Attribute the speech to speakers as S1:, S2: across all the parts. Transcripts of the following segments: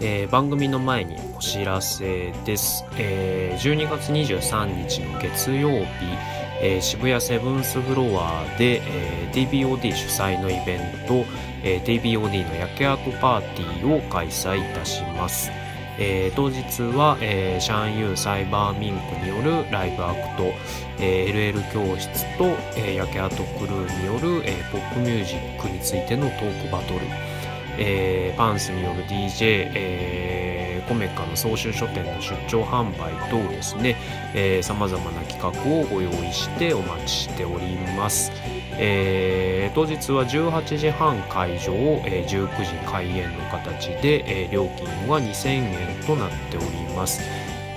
S1: えー番組の前にお知らせです、えー12月23日の月曜日、えー渋谷セブンスフロアで、えー DBOD 主催のイベント、えー DBOD の焼け跡パーティーを開催いたします、えー当日は、えーシャンユーサイバーミンクによるライブアクト、えー LL 教室と、えー焼け跡クルーによる、えーポップミュージックについてのトークバトルえーパンスによる DJ、えーコメカの総集書店の出張販売等ですねさまざまな企画をご用意してお待ちしております、えー当日は18時半会場、えー19時開演の形で、えー料金は2000円となっております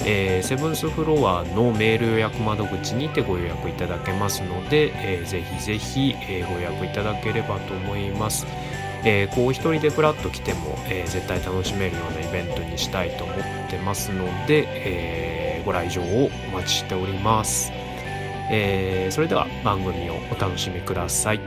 S1: えーセブンスフロアのメール予約窓口にてご予約いただけますので、えーぜひぜひ、えーご予約いただければと思いますえーこう一人でフラッと来ても、えー絶対楽しめるようなイベントにしたいと思ってますので、えーご来場をお待ちしております、えーそれでは番組をお楽しみください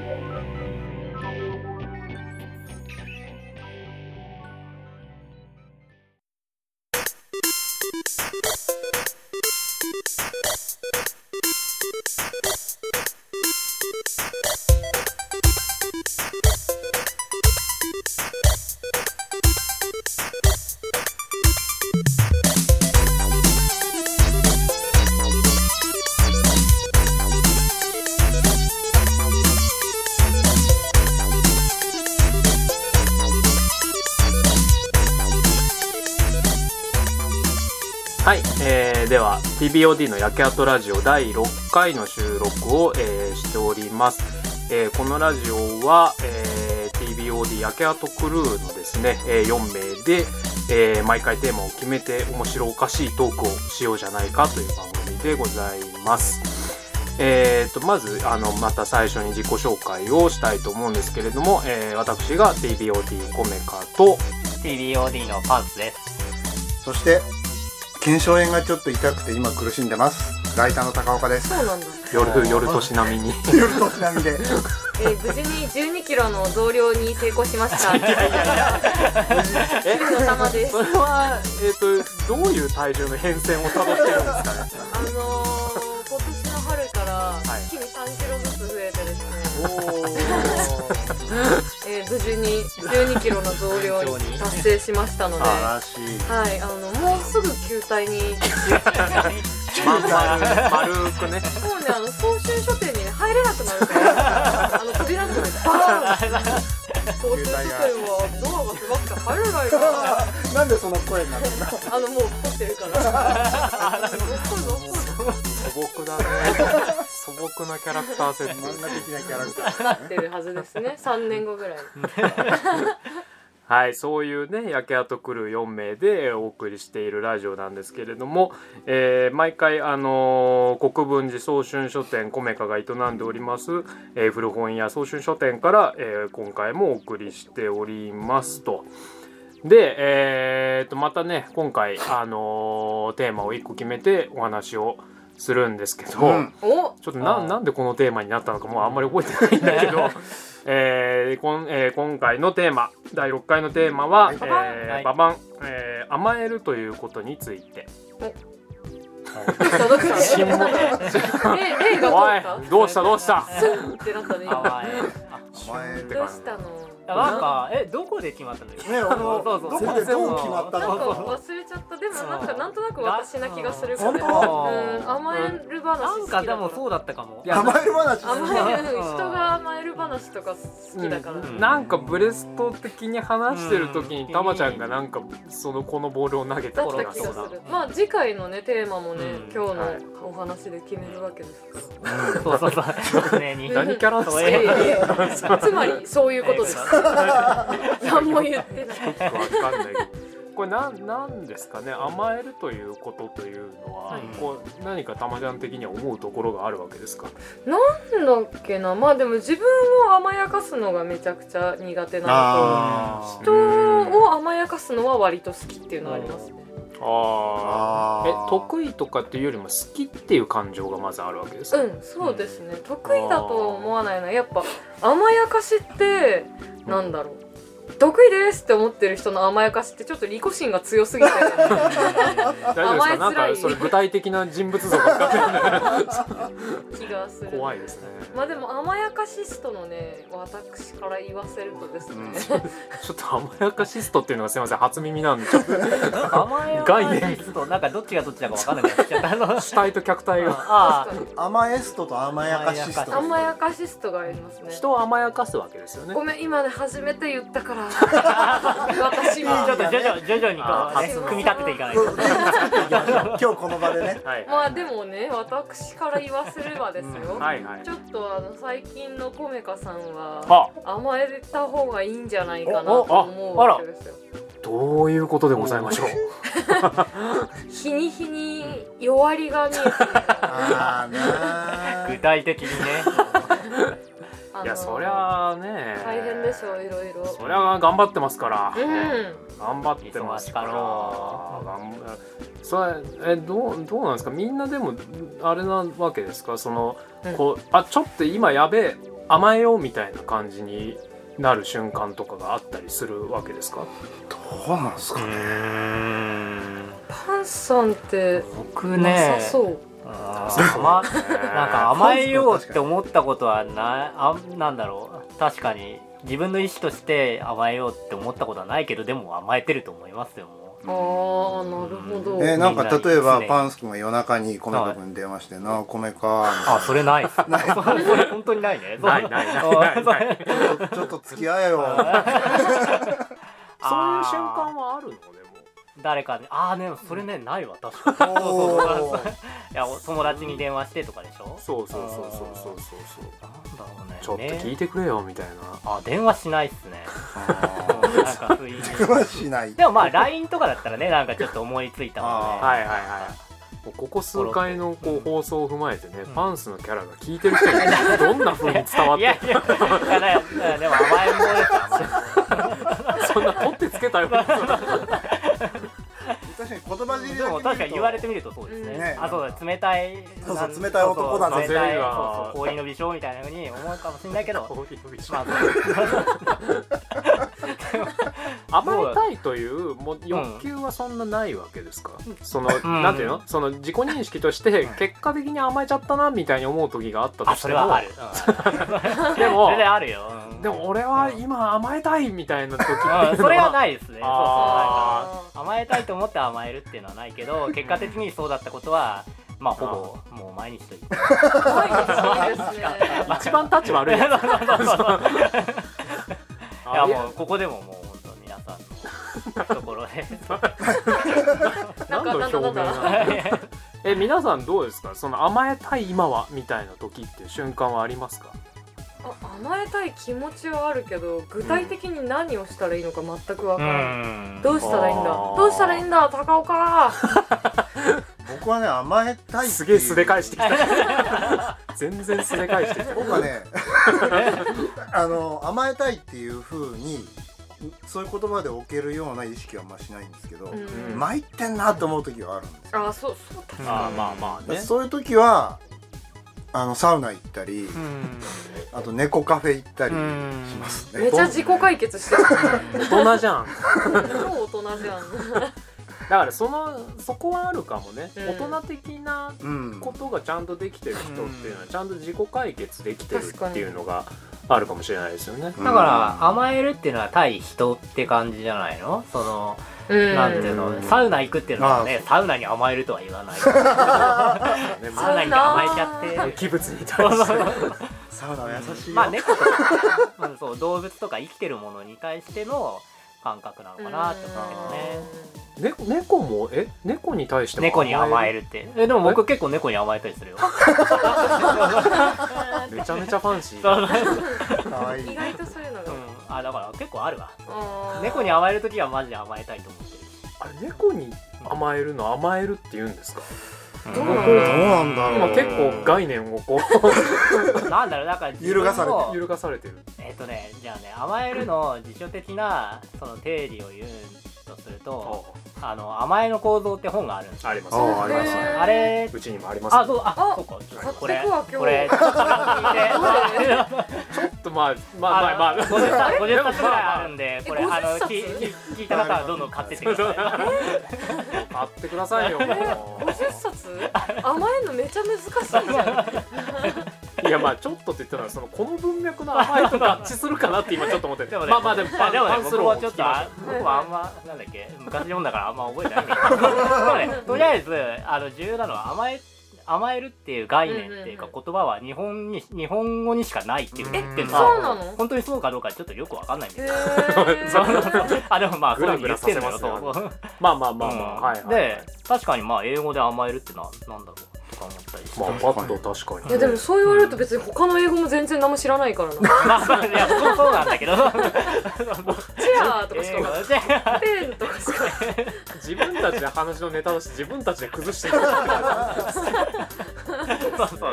S1: はい、えーでは TBOD の焼け跡ラジオ第6回の収録を、えーしております、えーこのラジオは、えー TBOD 焼け跡クルーのですね、え4名で、えー毎回テーマを決めて面白おかしいトークをしようじゃないかという番組でございますえー、とまずあのまた最初に自己紹介をしたいと思うんですけれども、えー私が TBOD コメカと
S2: TBOD のパンツです。
S3: そして腱鞘炎がちょっと痛くて今苦しんでますライターの高岡です
S4: そうなんだ。
S1: 夜夜としなみに
S3: 夜とちなみで
S4: えー無事に12キロの増量に成功しました。お疲れ様です。
S1: それは、えー、とどういう体重の変遷をたどってるんですかね
S4: あのー、今年の春から
S1: い
S4: 一気に3キロずつ増えてですね、
S3: 素
S4: えー無事に12キロの増量に達成しましたので、
S3: 晴
S4: は
S3: らしい
S4: い、あのもうすぐ球体に、
S1: まあ、丸丸くね
S4: もうねあの総集書店に、ね、入れなくなるから、あの扉のとこにバーン。総集書店はドアが狭くて入れないか ら。
S3: なんでその声になるの
S4: あのもう怒ってるから。怒るぞ怒るぞ
S1: 素朴だね素朴なキャラクター設定
S3: 真ん中的なキャラクター
S4: 怒ってるはずですね。三年後ぐらい。
S1: はい、そういうね、焼け跡来る4名でお送りしているラジオなんですけれども、えー毎回、あのー国分寺早春書店、コメカが営んでおります、えー古本屋早春書店から、えー今回もお送りしておりますと。で、えーっと、またね、今回、あのーテーマを1個決めてお話をするんですけど、
S3: うん
S4: お、
S1: ちょっとな
S2: あー
S1: なんでこのテーマになったのかもうあんまり覚えてないんだけど、 えーこんえー今回のテーマ第6回のテーマは
S3: はい
S1: 「え
S2: は
S1: ー
S2: い
S1: ババン、えー甘えるということについて
S4: 佐々木さん。
S1: 沈黙
S4: え、例」
S1: おい
S4: が通っ
S1: どうしたどうした
S4: た。スンってなったね。今
S2: 甘え。 あ
S3: 甘え
S1: って
S4: どう
S1: 感じ
S4: したの？
S2: なんかえどこで決まったんだよ。
S3: ね俺も
S2: そうそう
S3: どこでどう決まった
S4: なんか
S3: の
S4: 忘れちゃった。でもなんかなんとなく私な気がする
S3: 本当
S4: うん、甘える話
S2: な
S4: 好
S2: ん
S4: きだ
S2: か
S4: か
S2: で
S4: ら。
S2: もそうだったかも。
S1: いや
S3: 甘える話
S4: 甘える
S2: うん
S4: 人が甘える話とか好きだから。
S1: うんなんかブレスト的に話してる時
S2: う
S1: に
S2: ん
S1: たまちゃんがなんかそのこのボールを投げた
S4: だっ
S1: こと
S4: た
S1: が
S4: 気
S1: そ
S4: が
S1: うだ
S4: する。まあ次回のねテーマもね、
S2: うん
S4: 今日
S1: はい
S4: のお話で決めるわけですから。
S2: そうそ うそう。常に。
S4: うん
S1: 何キャラです
S2: そう
S1: か
S2: え
S1: よ
S4: つまりそういうことです。何も言ってない。
S1: くわかんないけどこれなんなんですかね甘えるということというのは、
S4: はい
S1: こう何かたまちゃん的には思うところがあるわけですか
S4: なんだっけな、まあでも自分を甘やかすのがめちゃくちゃ苦手な
S3: あ
S4: の
S1: ー
S4: と、人を甘やかすのは割と好きっていうのはありますね。
S1: ああ
S3: あ
S1: え得意とかっていうよりも好きっていう感情がまずあるわけですか、
S4: うん、そうですね。得意だとは思わないな。やっぱ甘やかしってなんだろう。得意ですって思ってる人の甘やかしってちょっと利己心が強すぎて
S5: 大丈夫ですかな
S4: 甘え
S5: ん
S4: づらい
S5: かそれ具体的な人物像が使ってる んで
S4: 気がする
S5: 怖いですね
S4: まあでも甘やかしストのね私から言わせるとですね、
S5: ちょっと甘やかシストっていうのがすいません初耳なんでちょっと
S2: なんか甘え
S5: 概念
S2: をとなんかどっちがどっちだか分かんなくなっちゃったあの
S5: 主体と客体 が
S2: あ
S4: 確かに
S3: 甘エストと甘やかしスト
S4: 甘やかしストがありますね
S5: 人を甘やかすわけですよね
S4: ごめん今ね初めて言ったから 私も
S2: あちょっと徐々に徐々に
S5: あ
S2: こう、
S4: 初
S2: ね、
S4: の
S2: 組み立てていかないと
S3: 今日この場でね
S5: はい
S4: まあでもね私から言わせればですよ、
S5: はいはい
S4: ちょっとあの最近のコメカさんは
S5: あ
S4: 甘えた方がいいんじゃないかなと思うわけですよ
S5: どういうことでございましょう
S4: 日に日に弱りが見えて
S3: ああな
S2: 具
S3: ー
S2: 体的にね
S4: あの
S5: いやそりゃあね
S4: 大変でしょういろいろ
S5: そりゃ頑張ってますから、
S4: う
S5: 頑張ってますから
S2: 忙
S5: 頑張それえどうどうなんですかみんなでもあれなわけですかその、
S4: うん
S5: こうあちょっと今やべえ甘えようみたいな感じになる瞬間とかがあったりするわけですか
S3: どうなんすかね
S4: パンさんって
S2: 僕
S4: な
S2: ね
S4: さそう
S2: あー甘なんか甘えようって思ったことはないあなんだろう確かに自分の意思として甘えようって思ったことはないけどでも甘えてると思いますよも
S4: あーなるほど
S3: えーなんか例えば
S2: みんなに
S3: パンス君が夜中に米田君に電話して「なあ米
S2: う
S3: か
S2: あそれないっすそれ それ本当にないね
S5: ない ないないないない
S3: ちょっとちょっと付き合えよ」
S5: そういう瞬
S2: あ
S5: 間はあるのでも
S2: ー 誰かにああでもそれねないわ確かにそう
S3: お
S2: そうそう
S3: ー
S2: いやお友達に電話してとかでしょ
S5: そうそうそうそうそうそうそう
S2: なんだろうね
S5: ちょっと聞いてくれよみたいな
S2: あ電話しないっす ね
S3: あ
S2: うんなんか不意に
S3: ーはしない
S2: でもまあ LINE とかだったらねなんかちょっと思いついたもんね
S3: あ
S5: はいはいはい。もうここ数回のこ
S2: うん
S5: う放送を踏まえてね、
S2: ん
S5: パンスのキャラが聞いてる人に どんな風に伝わっ
S2: いやい
S5: て
S2: や、いやだからでも甘えん坊です甘 えん
S5: そんな取ってつけたような
S3: 確かに言葉尻だけ見る
S2: 坊
S3: と
S2: でも確かに言われてみるとそうですね,、
S4: うん
S3: ね
S2: あそうだ冷たい
S3: そう
S2: なん
S3: 冷たい男だね
S2: そうそう冷たい
S5: 風
S2: そう
S5: が
S2: そう氷の微笑みたいなふうに思うかもしれないけ ど
S5: こういう人
S2: まあそう
S5: 甘えたいというもう欲求はそんなないわけですか、その、
S2: ん
S5: なんていうのその自己認識として結果的に甘えちゃったなみたいに思う時があったと
S2: あ
S5: して
S2: そ
S5: も
S2: れはある、
S5: で
S2: うん
S5: も
S2: それであるよ、うん
S5: でも俺は今甘えたいみたいな時っていうの
S2: うんそれはないですねそうそうなんか
S5: あ
S4: あ
S2: 甘えたいと思って甘えるっていうのはないけど結果的にそうだったことはまあほぼもう毎日と言って
S4: ーいですね
S5: 一番立ち悪いやつ
S2: そうそうそう そういや
S5: あいや
S2: もうここでももう本当皆さんのところで
S5: 何の表明
S4: なんだなんだ
S5: なのえ皆さんどうですかその甘えたい今はみたいな時っていう瞬間はありますか
S4: あ甘えたい気持ちはあるけど具体的に何をしたらいいのか全くわ
S2: う
S4: からない、
S2: ん
S4: どうしたらいいんだ
S5: あー
S4: どうしたらいいんだ高岡
S3: 僕はね甘えたいっていう
S5: すげえすで返してきた 全然すで返してきた
S3: 僕はね あの甘えたいっていう風にそういう言葉で置けるような意識はあんましないんですけど、
S4: うん
S3: 参ってんなと思う時はあるんですよ
S4: あそうそう確か
S5: あーまあまあね
S3: そういう時はあのサウナ行ったり、
S2: うん
S3: あと猫カフェ行ったり
S2: うん
S3: します
S4: め
S3: ね
S4: ちゃ自己解決してる
S5: 大人じゃん
S4: 超大人じゃん
S5: だからそのそこはあるかもね、
S4: うん
S5: 大人的な
S3: うん
S5: ことがちゃんとできてる人っていうのはちゃんと自己解決できてる
S4: 確かに
S5: っていうのがあるかもしれないですよね、
S3: うん
S2: だから甘えるっていうのは対人って感じじゃないのその
S4: うん
S2: なんていうのサウナ行くっていうのはねサウナに甘えるとは言わない
S5: ね
S2: サウナに甘えちゃって
S5: 器物に対
S2: そう
S5: し
S2: そ
S5: て
S2: う
S3: サウナは優しいよ、
S2: まあ猫とか、 うんそう動物とか生きてるものに対しての感覚なのかなって思うけど
S5: ね
S2: ね
S5: 猫もえ猫に対しても
S2: 猫に甘え
S5: る
S2: るってえでも僕結構猫に甘えたりする よ
S5: めちゃめちゃファンシ
S2: そ
S5: ー
S2: うそう
S3: かわい
S4: 意
S3: い
S4: 外とそういうの
S2: う
S4: が、
S2: んあだから結構あるわ
S4: あー
S2: 猫に甘える時はマジで甘えたいと思ってる
S5: あれ猫に甘えるの甘えるって言うんですか
S4: どう
S3: どうなんだろう
S5: 今結構概念をこう
S2: なんだろうだから自分
S3: 揺るがされて
S2: の
S5: 揺るがされてる
S2: えっとねじゃあね甘えるの辞書的なその定理を言うとするとあの甘えの構造って本があるんですよ
S5: あります
S3: あーあります
S4: ね
S2: あれ
S5: うちにもあります
S2: あそうあ
S4: あ
S2: そうかち
S4: 買
S2: ょっと
S4: って
S2: こ
S4: く
S2: れ
S4: わ今日
S2: これちょっと聞いて
S4: どれ
S5: ちょっとまあ まあまあまあ
S2: 50冊
S5: で
S2: 50
S5: も
S2: 冊ぐらいあるんでこれ
S4: え50
S2: あの
S4: 冊
S2: きき聞いた方はどんどん買ってって ください
S5: 買ってくださいよも
S4: 五十冊？甘えんのめちゃ難しいじゃん。
S5: ういやまあちょっとって言ったらそのこの文脈の甘えと合致するかなって今ちょっと思って
S2: でもね
S5: まあまあでもパン
S2: でもね
S5: パンス
S2: 僕
S5: ロー
S2: は
S5: を
S2: ちょ
S5: 聞
S2: っ
S5: き
S2: と
S5: ま
S2: あ僕はあんまなんだっけ昔読んだからあんま覚えてないんだけどでも ねとりあえずあの重要なのは甘え甘えるっていう概念っていうか
S4: うん
S2: 言葉は日本に日本語にししかないっていうのを言ってる
S5: えそう
S4: なの
S2: 本当にそうかどうかちょっとよ くわかんないんだけ
S4: へ
S2: ど
S4: え。
S2: そうそうそうあでもまあ
S5: グラグラさせますよ
S2: そう言ってんのよ
S5: すまあまあま
S2: そう
S5: あまあはいはいはい
S2: で確かにまあ英語で甘えるってななんだろうとか思ったりして、
S5: まあパッと確か
S4: い
S5: に
S4: やでもそう言われると別に他の英語も全然何も知らないからな。
S2: まあまあいやそうそうなんだけど
S4: チェアとかしかわかんない。ペンとかしかわかんない。
S5: 自分たちで話のネタとして自分たちで崩してる
S2: そうそうそうそう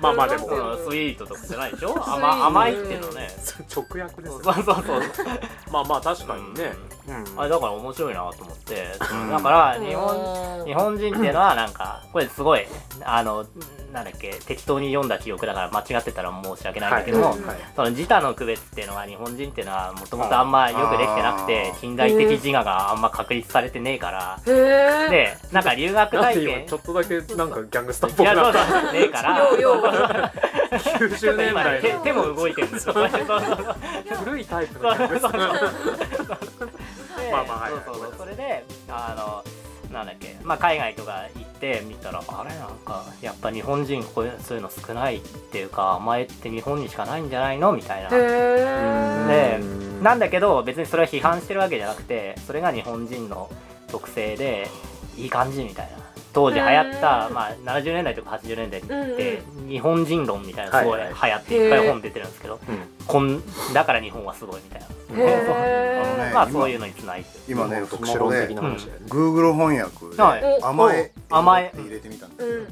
S5: まあまあでも
S2: そのスイートとかじゃないでしょ甘甘いっていうのね
S5: 直訳ですよ
S2: そうそうそうそう
S5: まあまあ確かにね、うん
S2: あれだから面白いなと思って
S3: うん
S2: だから日本
S4: 本
S2: 日本人っていうのはなんかこれすごいあのなんだっけ適当に読んだ記憶だから間違ってたら申し訳ないんだけども、
S4: はいうん
S2: その自他の区別っていうのは日本人っていうのはもともとあんまよくできてなくて
S3: あー
S2: 近代的自我があんま確立されてねえから
S4: へえ。
S2: でなんか留学
S5: なん
S2: 体
S5: で
S2: 験
S5: 今ちょっとだけなんかギャングスターっ
S2: い
S5: ぽく
S2: や
S5: な
S2: そ
S5: っ
S2: う
S5: た
S2: だねえから
S4: ようよう。
S2: ちょ
S5: 90
S2: っと
S5: 年
S2: 今ね
S5: 代
S2: 手
S5: の
S2: 手も動いてるんで すよそうそうそう
S5: 古いタイプのギャングスター
S2: で
S5: まあまあはい
S2: そうそうそうそれであのなんだっけ、まあ、海外とか行って見たらあれなんかやっぱ日本人こういうそういうの少ないっていうか甘えって日本にしかないんじゃないのみたい
S4: へ
S2: な。
S4: え。
S2: で
S5: うん
S2: なんだけど別にそれは批判してるわけじゃなくてそれが日本人の特性でいい感じみたいな当時流行った、
S4: うん
S2: まあ、70年代とか80年代っ
S4: うんうん
S2: て日本人論みたいなすごい
S5: は
S2: 流
S5: い
S2: 行っていっぱい本出てるんですけど、こんだから日本はすごいみたいな、
S4: へ
S3: ね
S2: まあ
S3: 今
S2: そういうのにつないで。
S3: 今ねス
S5: 特
S3: マ
S5: 殊
S3: ホ
S5: 論
S3: で
S5: 的な話だよね
S3: Google 翻訳
S2: は
S3: で
S2: い
S4: お
S3: 甘え
S2: お甘え
S3: って入れてみたんです
S4: え。う
S3: よ
S4: ん。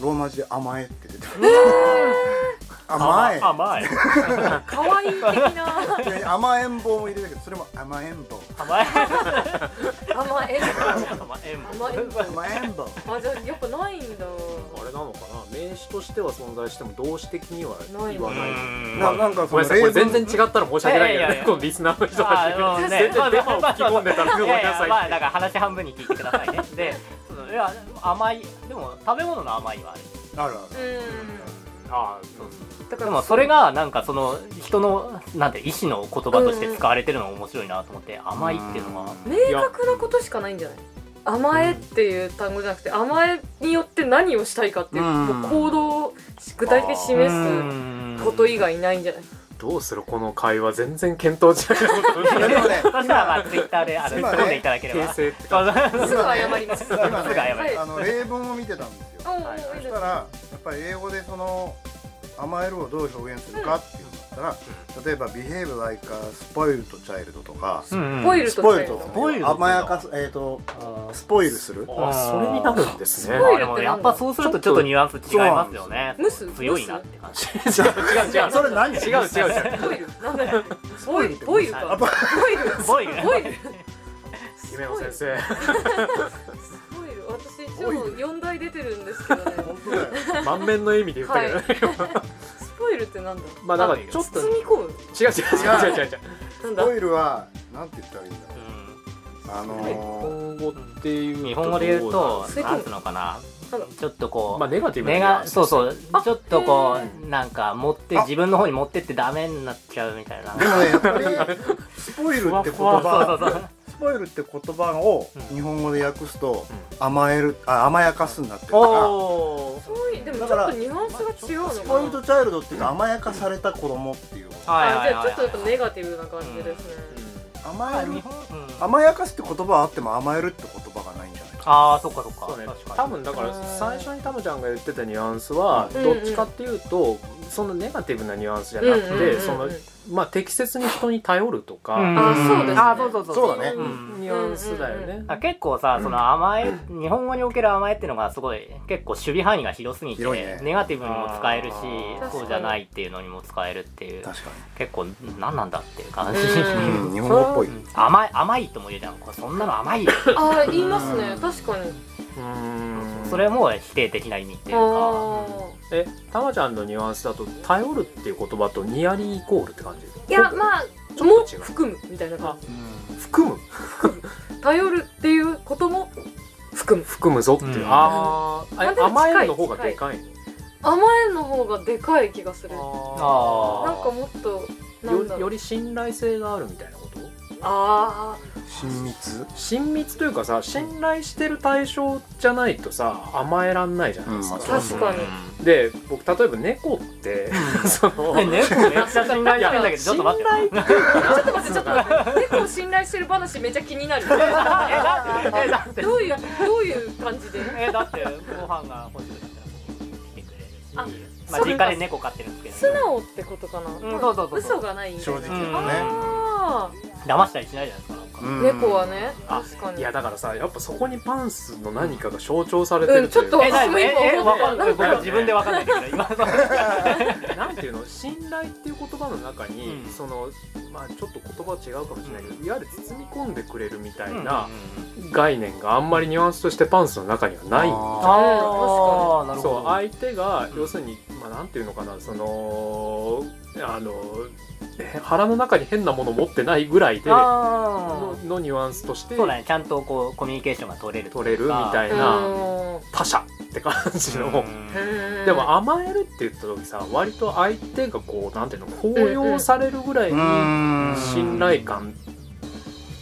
S3: ローマ字で甘えって出てくる甘
S2: 甘
S3: え
S2: い 甘い
S4: 可愛い的な
S3: ちなみに甘えん坊も入れたけどそれも甘えん坊
S2: 甘い
S4: 甘えん
S2: 甘えん
S4: 甘えん坊
S3: 甘えん坊
S4: あじゃあやっぱないんだ。
S5: あれなのかな名詞としては存在しても動詞的には言わない
S2: う ん
S3: ななんか
S5: ごめんな
S3: その
S5: さいこれ全然違
S3: 例
S5: ったら申し訳ないけど
S2: いやいやい
S5: ね
S2: や
S5: このリスナーの人
S2: あ
S5: た
S2: のね
S5: ち全然デマを吹き込んでたらご
S2: い
S5: め
S2: や
S5: んな
S2: いやま
S5: さ
S2: あ
S5: い
S2: だから話半分に聞いてくださいねでそのいや甘いでも食べ物の甘いはある
S3: 文あるあ
S4: う
S3: る
S4: ん。
S5: あー
S2: だからでもそれがなんかその人のなんて意思の言葉として使われてるのが面白いなと思って甘いっていうのが
S3: ん
S4: 明確なことしかないんじゃない？甘えっていう単語じゃなくて甘えによって何をしたいかっていう
S3: うん
S4: もう行動を具体的に示すこと以外ないんじゃない？
S5: どうするこの会話全然見当違いなこと
S3: いやでもね
S2: そしたらまあツイッターであの突
S3: 今
S2: っ
S3: ね
S2: 込んでいただければ
S5: 形成って
S2: そうそう
S4: すぐ謝りま
S3: 今
S4: す。
S2: すぐ謝る
S3: ねあの例文を見てたんですよ
S4: おお
S2: はい
S3: そしたらやっぱり英語でその甘えるをどう表現するかっていうのだったら例えば「behave like a spoiled child」とか
S2: うんうん
S4: ポ
S3: 「
S4: イル
S3: ス
S4: と
S3: ポイルド」
S2: ポイルド
S3: 甘やかすえっ、とスポイルする
S5: あーそれになるんですね
S4: すごい
S2: でもやっぱそうするとちょっとニュアンス違いますよね
S4: ムス
S2: 強いなって感じ
S5: 違う違う違う
S3: それ何
S5: 違う違う違う
S4: ポイルなんだよ。ポイル
S3: って
S4: ポイル
S2: あ
S4: か。ポイル
S2: ポイル
S4: ポイル。
S5: 姫野先生
S4: ポイル私一応四台出てるんですけどね。
S3: 本当だ よ
S5: 満面の意味で言ったけどね、
S4: スポイルってなんだ。
S5: まあだからちょっと
S4: 包み込む。
S5: 違う違う違う違う違う違う
S4: なんだ
S3: スポ。イルはなんて言ったらいいんだろうあ
S5: 日
S3: の
S5: 本語っていうと
S2: 日本語で言うと
S4: 吸い込む
S2: なんつうのかなちょっとこう
S5: まあネガティブな
S2: 根がそうそう
S4: あ
S2: ちょっとこ
S4: へ
S2: うなんか持って
S3: あ
S2: 自分の方に持ってってダメになっちゃうみたいな
S3: ーでもねやっぱりスポイルって言
S5: ふわふ
S2: そう
S3: 葉
S2: そうそう
S3: スポイルって言葉を日本語で訳すと
S5: う
S3: 甘えるあ甘やかすになってるから
S2: おー
S4: そういうでもち
S3: だ
S4: ょっ
S3: から
S4: とニュアンスが違うの
S3: スポイ
S4: か
S3: ル
S4: な。
S3: ドチャイルドっていうのは甘やかされた子供っていう
S2: はい
S4: あ
S2: は
S4: じ
S2: いは
S4: ゃあち
S2: い
S4: ょっとやっぱネガティブな感じですね。
S3: 甘える
S2: 日本うん
S3: 甘やかすって言葉はあっても甘えるって言葉がないんじゃないか
S2: ああそっかそっ
S5: そうね
S2: か
S5: 多
S2: 確かに
S5: 分だから最初にタムちゃんが言ってたニュアンスは
S4: うん
S5: どっちかっていうとそのネガティブなニュアンスじゃなくてそのまあ適切に人に頼ると
S2: うん
S5: か
S4: あそうですね
S2: あーそうそうそう
S3: そうだね
S2: ん
S5: ニュアンスだよね
S2: あ結構さその甘え日本語における甘えっていうのがすごい結構守備範囲が広すぎて
S3: 広いね
S2: ネガティブにも使えるし
S5: あー
S2: そうじゃないっていうのにも使えるっていう
S3: 確か
S2: 結構何なんだっていう感じ
S4: う
S3: に、
S4: ん
S3: うん、日本語っぽい
S2: うん甘い甘いとも言うじゃんこれそんなの甘いよ
S4: あー言いますね確かに
S5: うーん
S2: それも否定的な意味っていうか
S4: おー
S5: えたまちゃんのニュアンスだと「頼る」っていう言葉と「ニアリーイコール」って感じ
S4: いやまあ
S5: ちょ
S4: も
S5: っと違う
S4: 含むみたいな感
S5: あ含む
S4: じ頼るっていうことも含む
S5: 含むぞっていう、
S2: うん
S5: あーあ
S4: まあ
S5: れ
S4: でも
S5: 甘え
S4: 近
S5: る
S4: い
S5: の方がでかいの
S4: 甘えんの方がでかい気がする
S5: あ
S4: なんかもっと
S5: ー
S4: なん
S5: よ
S4: だろ
S5: よ
S4: う
S5: り信頼性があるみたいなこと
S4: あ
S3: 親密
S5: 親密というかさ信頼してる対象じゃないとさ甘えらんないじゃないですか、
S3: うんまあ
S4: 確かに
S5: で僕例えば猫ってその
S2: ね猫めっちゃ信頼してんだけどちょっと待ってよ
S4: あちょっと待ってちょっと待って猫を信頼してる話めっちゃ気になる
S2: えだって
S4: どういうどういう感じで
S2: えだってご飯が欲しくなったら来てくれるし
S4: あ
S2: まあ
S4: そう
S2: 実家で猫飼ってるんです
S4: 素
S2: けどね
S4: 直ってことかな、
S2: うんそうそうそうそう
S4: 嘘がないみたいな
S3: 正直ね
S4: あー
S2: 騙したりしないじゃないですかなんか
S3: うん
S4: 猫はね
S5: あ
S4: 確かに
S5: いやだからさやっぱそこにパンスの何かが象徴されて
S4: う
S5: る
S4: んち
S5: と
S4: ょ
S5: い
S4: っ
S5: う
S4: と
S5: か、
S2: えな
S4: 私
S2: に
S4: も今
S2: ええ
S4: 思
S2: わ
S4: った
S2: かんない僕は自分でわかんないけど今の
S5: なんていうの信頼っていう言葉の中に、
S2: うん
S5: そのまあちょっと言葉は違うかもしれないけど、いわゆる包み込んでくれるみたい な概念があんまりニュアンスとしてパンスの中にはない
S3: あ
S2: ああなるほ
S5: そう
S2: ど
S5: 相手が
S2: うん
S5: 要するに、まあ、なんていうのかなそのあのえ腹の中に変なもの持ってないぐらいでの
S2: あ
S5: のニュアンスとして
S2: ーそうだねちゃんとこうコミュニケーションが取れる
S5: 取れるみたい
S4: うん
S5: な他者って感じの。
S4: うん
S5: でも甘えるって言った時さ割と相手がこうなんていうの高揚されるぐらいに
S3: うん
S5: 信頼感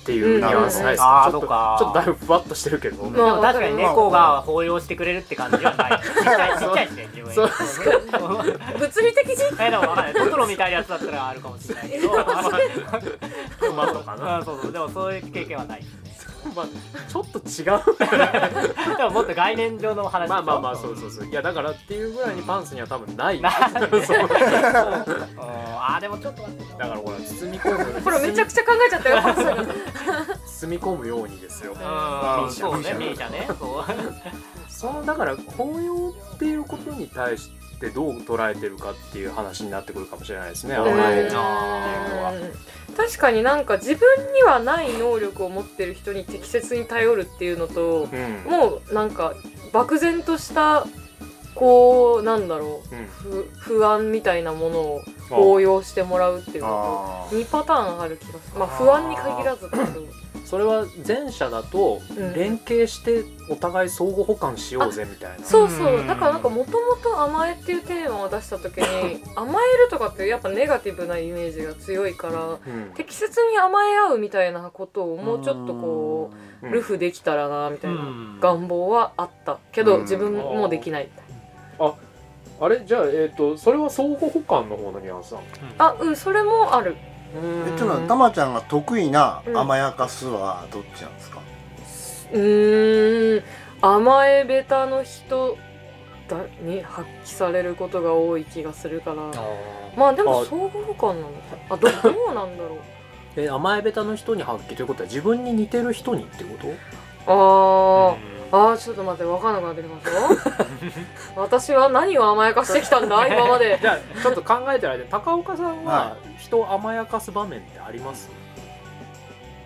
S5: っていうニュアンスないです
S2: うん
S5: か、
S2: あー
S5: ちょっ
S2: そ
S5: と
S2: うか
S5: ちょっとだいぶふわっとしてるけど、
S3: うん
S2: でも確かに猫が抱擁してくれるって感じ はない。ちっちゃいちっちゃいしね自分。
S5: そう
S4: 物理的人
S2: えでもわかんない。トトロみたいなやつだったらあるかもしれないけ ど。
S5: まあとかな
S2: うんそうそう。でもそういう経験はない。
S5: まあちょっと違う
S2: でももっと概念上の話。
S5: まあまあまあそうそうそういやだからっていうぐらいにパンツには多分ない、
S2: な
S5: そうだか
S2: うんあーでもちょっと待って。
S5: らほら包み込 む
S4: ほらめちゃくちゃ考えちゃったよ
S5: 包み込むようにですよ
S2: うんうんそうね、ミ
S3: ミ
S2: ー
S3: ー
S2: シャね。そう
S5: そのだから高揚っていうことに対してどう捉えてるかっていう話になってくるかもしれないですね、
S3: うん
S5: 甘える
S2: あ
S4: うん確かになんか自分にはない能力を持ってる人に適切に頼るっていうのと
S5: うん
S4: もうなんか漠然としたこうなんだろ
S5: う
S4: うん不不安みたいなものを応用してもらうっていうの
S3: あ
S4: と2パターンある気がするまあ不安に限らずだけど
S5: それは前者だと
S4: うん
S5: 連携してお互い相互補完しようぜみたいな、
S4: そうそううんだからなんかもともと甘えっていうテーマを出した時に甘えるとかってやっぱネガティブなイメージが強いから
S5: うん
S4: 適切に甘え合うみたいなことをもうちょっとこうルフできたらなみたいな願望はあったけ
S3: う
S4: ど
S3: ん
S4: 自分もできない
S5: あれじゃあ、えー、とそれは相互補完の方のニュアンスなの
S4: あうんそれもある
S3: え
S5: え
S3: ちょっとたまちゃんが得意な甘やかすはどっちなんですか、
S4: うーん甘えベタの人だに発揮されることが多い気がするからまあでも
S5: あ
S4: 相互補完なのかあどどうなんだろう
S5: え甘え下手の人に発揮ということは自分に似てる人にってこと
S4: あー、あーちょっと待って分かんなくなってきましたよ私は何を甘やかしてきたん だ今まで
S5: じゃあちょっと考えてる間に高岡さんは
S3: は
S5: 人を甘やかす場面ってあります、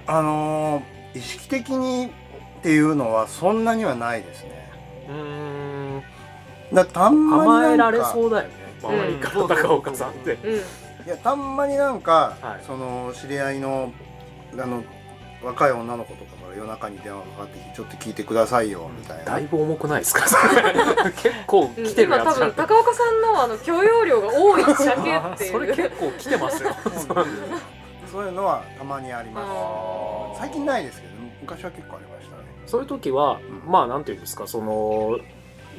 S3: あのー意識的にっていうのはそんなにはないですね
S5: うん
S3: だたんまに
S5: 甘え
S3: な
S5: ら
S3: ん
S5: れ
S3: か
S5: そうだよね周りから高岡さんって、
S4: うん
S3: いやたんまになんか、
S5: はい
S3: その知り合いのあの若い女の子とかから夜中に電話かかってきてちょっと聞いてくださいよみたいな
S5: だいぶ重くないですかそれ 結構
S4: うん
S5: 来てる
S4: 今
S5: や
S4: 多
S5: つな
S4: 分
S5: んて
S4: 高岡さんのあの許容量が多いだけってい
S5: それ
S4: う
S5: 結構来てますよ
S3: そういうのはたまにあります最近ないですけど昔は結構ありましたね
S5: そういう時は
S3: うん
S5: まあなんていうんですかその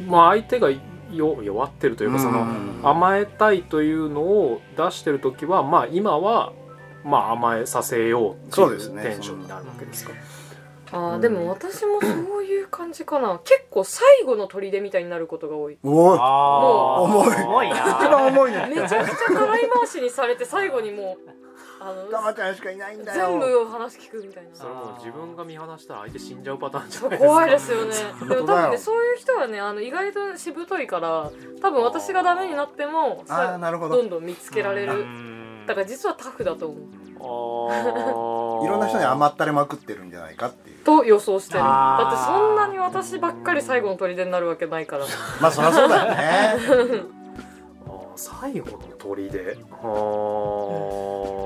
S5: まあ相手がよ弱ってるというかその、
S3: うん
S5: 甘えたいというのを出してる時はまあ今はまあ甘えさせようって
S3: そう
S5: い
S3: です
S5: う
S3: ね
S5: テンションになるわけですか
S4: あーでも私もそういう感じかな結構最後の砦みたいになることが多い
S3: おお
S2: あー
S3: 重い
S2: 重いな。
S3: 一番重い
S4: め
S3: ね
S4: ちゃくちゃ払い回しにされて最後にもう あ
S3: たま
S4: の
S3: ちゃんしかいないんだよ
S4: 全部を話聞くみたいな
S5: それもう自分が見放したら相手死んじゃうパターンじゃ
S4: そ
S5: ないうですか
S4: 怖いですよね
S3: 本当だ
S4: で
S3: よ
S4: も多分ねそういう人はねあの意外としぶといから多分私がダメになっても
S3: ああ
S4: さ
S3: なるほ
S4: ど
S3: ど
S4: んどん見つけられ
S2: う
S4: る
S2: ん
S4: だから実はタフだと思う
S5: あー
S3: いろんな人に甘ったれまくってるんじゃないかっていう
S4: と予想してる
S5: あー
S4: だってそんなに私ばっかり最後の砦になるわけないから
S3: まあそりゃそうだよ ね
S5: あー最後の砦であー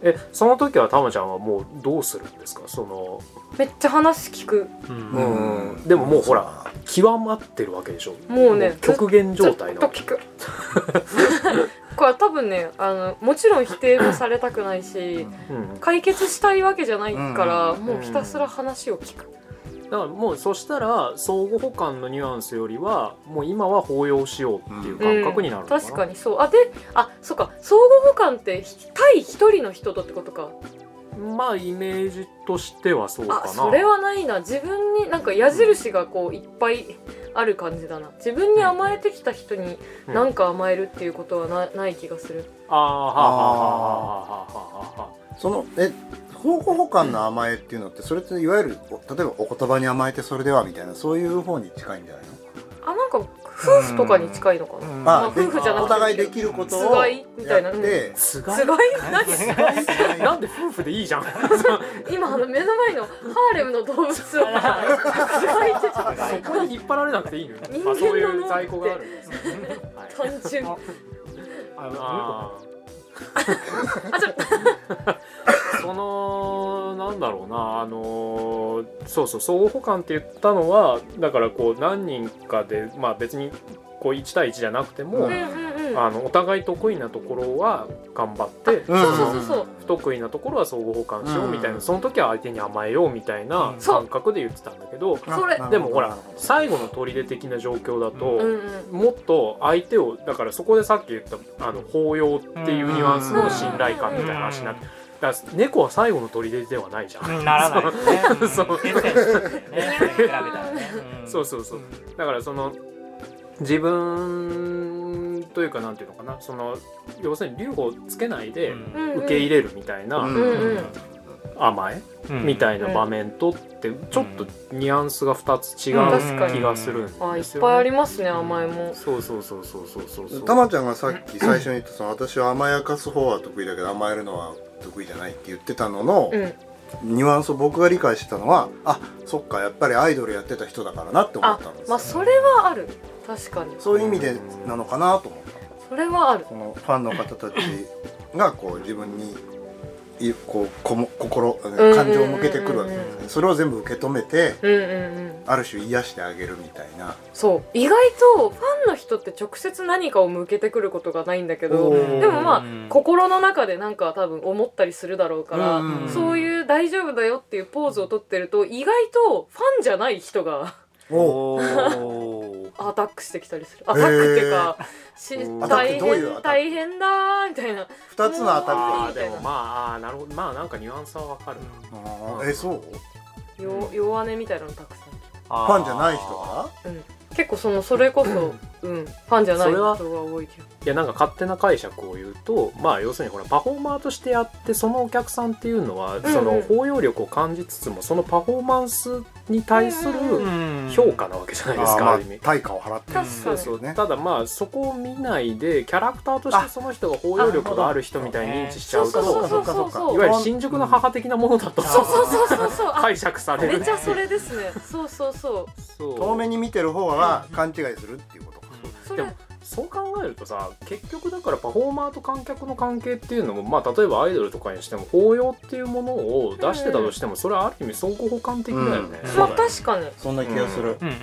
S5: えその時はタマちゃんはもうどうするんですかその
S4: めっちゃ話聞く
S2: うん
S5: うんでももうほら極まってるわけでしょ
S4: もうね
S5: 極限状態
S4: ず
S5: の
S4: っと聞く これは多分ねあのもちろん否定もされたくないし
S5: うん
S4: 解決したいわけじゃないから、
S5: ん
S4: もうひたすら話を聞く、
S5: だからもうそしたら相互補完のニュアンスよりはもう今は抱擁しようっていう感覚になるのかな、
S4: 確かにそうあであそっか相互補完ってひ対一人の人とってことか
S5: まあイメージとしてはそうか
S4: あ
S5: な
S4: それはないな自分になんか矢印がこういっぱいある感じだな自分に甘えてきた人に
S5: うん
S4: 何か甘えるっていうことはなない気がする
S5: あーはあはあはあはあはあはあ
S3: そのえ方向補完の甘えっていうのってそれっていわゆるお例えばお言葉に甘えてそれではみたいなそういう方に近いんじゃないの
S4: あなんか夫婦とかに近いのかな
S3: まあ
S4: 夫婦じゃなくて
S3: お互いできること
S4: つ
S3: をや
S4: がいみたいな
S3: っ
S4: うん
S3: て
S5: すごい
S4: つがい何
S5: なんで夫婦でいいじゃん
S4: 今あの目の前のハーレムの動物をつがいってちょっと
S5: そこに引っ張られなくていいのよ
S4: 人間なの
S5: まあそういう在庫があるんですね、はい、
S4: 単純あ
S5: あー
S4: ちょっと
S5: そのなんだろうなあのーそうそう相互補完って言ったのはだからこう何人かでまあ別にこう1対1じゃなくても、
S3: う
S4: うんんうんうん
S5: あのお互い得意なところは頑張って
S3: うん
S4: そうそうそうそう
S5: 不得意なところは相互補完しようみたいな、
S3: うん
S5: その時は相手に甘えようみたいな
S2: そう
S5: 感覚で言ってたんだけど
S4: それ
S3: あ
S5: でもほら
S3: なるほど
S5: 最後の砦的な状況だと。
S4: うんうん
S5: もっと相手をだからそこでさっき言ったあの包容っていうニュアンスの信頼感みたいな話になってだから猫は最後の砦ではないじゃん、
S2: うんならないよね。うん
S5: そう
S2: 欠点ですよね。比べたらね。ん
S5: そうそうそう。だからその自分というかなんていうのかなその要するに留保をつけないで
S4: うんうん
S5: 受け入れるみたいな
S4: うん
S3: うん
S4: うん
S5: 甘えみた
S2: い
S5: いな場面とってちょっとニュアンスが2つ違
S4: うん
S5: う
S4: 確かに
S5: 気がするんですよ、
S4: あ
S5: ね、
S4: いっぱいありますね甘えも
S5: そうそうそうそうそうそうそう
S3: たまちゃんがさっき最初に言ったその私は甘やかす方は得意だけど甘えるのは得意じゃないって言ってたのの、
S4: うん
S3: ニュアンスを僕が理解してたのはあそっかやっぱりアイドルやってた人だからなって思っ
S4: あ
S3: たんです
S4: まあそれはある確かに
S3: そういう意味でなのかなと思った
S4: それはある
S3: そのファンの方たちがこう自分にいこうこも心
S4: ん
S3: 感情を向けてくるわけです
S2: うんう
S3: ねそれを全部受け止めて
S4: うんうんうん
S3: ある種癒してあげるみたいな
S4: そう意外とファンの人って直接何かを向けてくることがないんだけ
S3: お
S4: ど
S3: ー
S4: でもま
S2: うん
S4: あ心の中でなんか多分思ったりするだろうから、
S3: うん
S4: そういう大丈夫だよっていうポーズをとってると意外とファンじゃない人が
S3: お
S2: おー
S4: アタックしてきたりするアタックっていうか、し
S5: アタッ
S4: 大
S3: クどういうアタック
S4: 変大変だーみたいな
S3: 2つの当たり
S5: あー
S4: みたい
S5: で
S4: な
S5: もまああーなるほどまあなんかニュアンスはわかるな
S3: あーえそう
S4: よ弱音みたいなのたくさん
S2: あー
S3: ファンじゃない人か
S4: 結構そのそれこそ、うん、ファンじゃな
S5: そ
S4: い
S5: れ
S4: 人が
S5: は
S4: 多いけど
S5: いやなんか勝手な解釈を言うとまあ要するにほらパフォーマーとしてやってそのお客さんっていうのは
S4: うん
S5: その包容力を感じつつもそのパフォーマンスに対する
S2: うん
S5: 評価なわけじゃないです
S3: あー
S5: か
S3: ま
S5: あ
S3: あ
S5: る意味。
S3: 対価を払ってる
S4: 確か
S5: そう
S4: に
S5: そう
S3: ね
S5: ただまあそこを見ないでキャラクターとしてその人が包容力がある人みたいに認知しちゃう
S4: そうそう
S5: と
S4: そうそうそう
S5: いわゆる新宿の母的なものだと
S4: そうそうそうそうそうあ
S5: 解釈され
S4: め
S5: る
S4: ちゃそれですねそうそうそう
S5: そう
S3: 遠目に見てる方は勘違いするっていうことか
S4: そ
S5: で
S4: れ
S5: もそう考えるとさ結局だからパフォーマーと観客の関係っていうのも、まあ、例えばアイドルとかにしても包容っていうものを出してたとしても、それはある意味相互補完的だよね、
S3: うん
S4: まあ確かに
S3: そんな気がする
S2: うんうんうん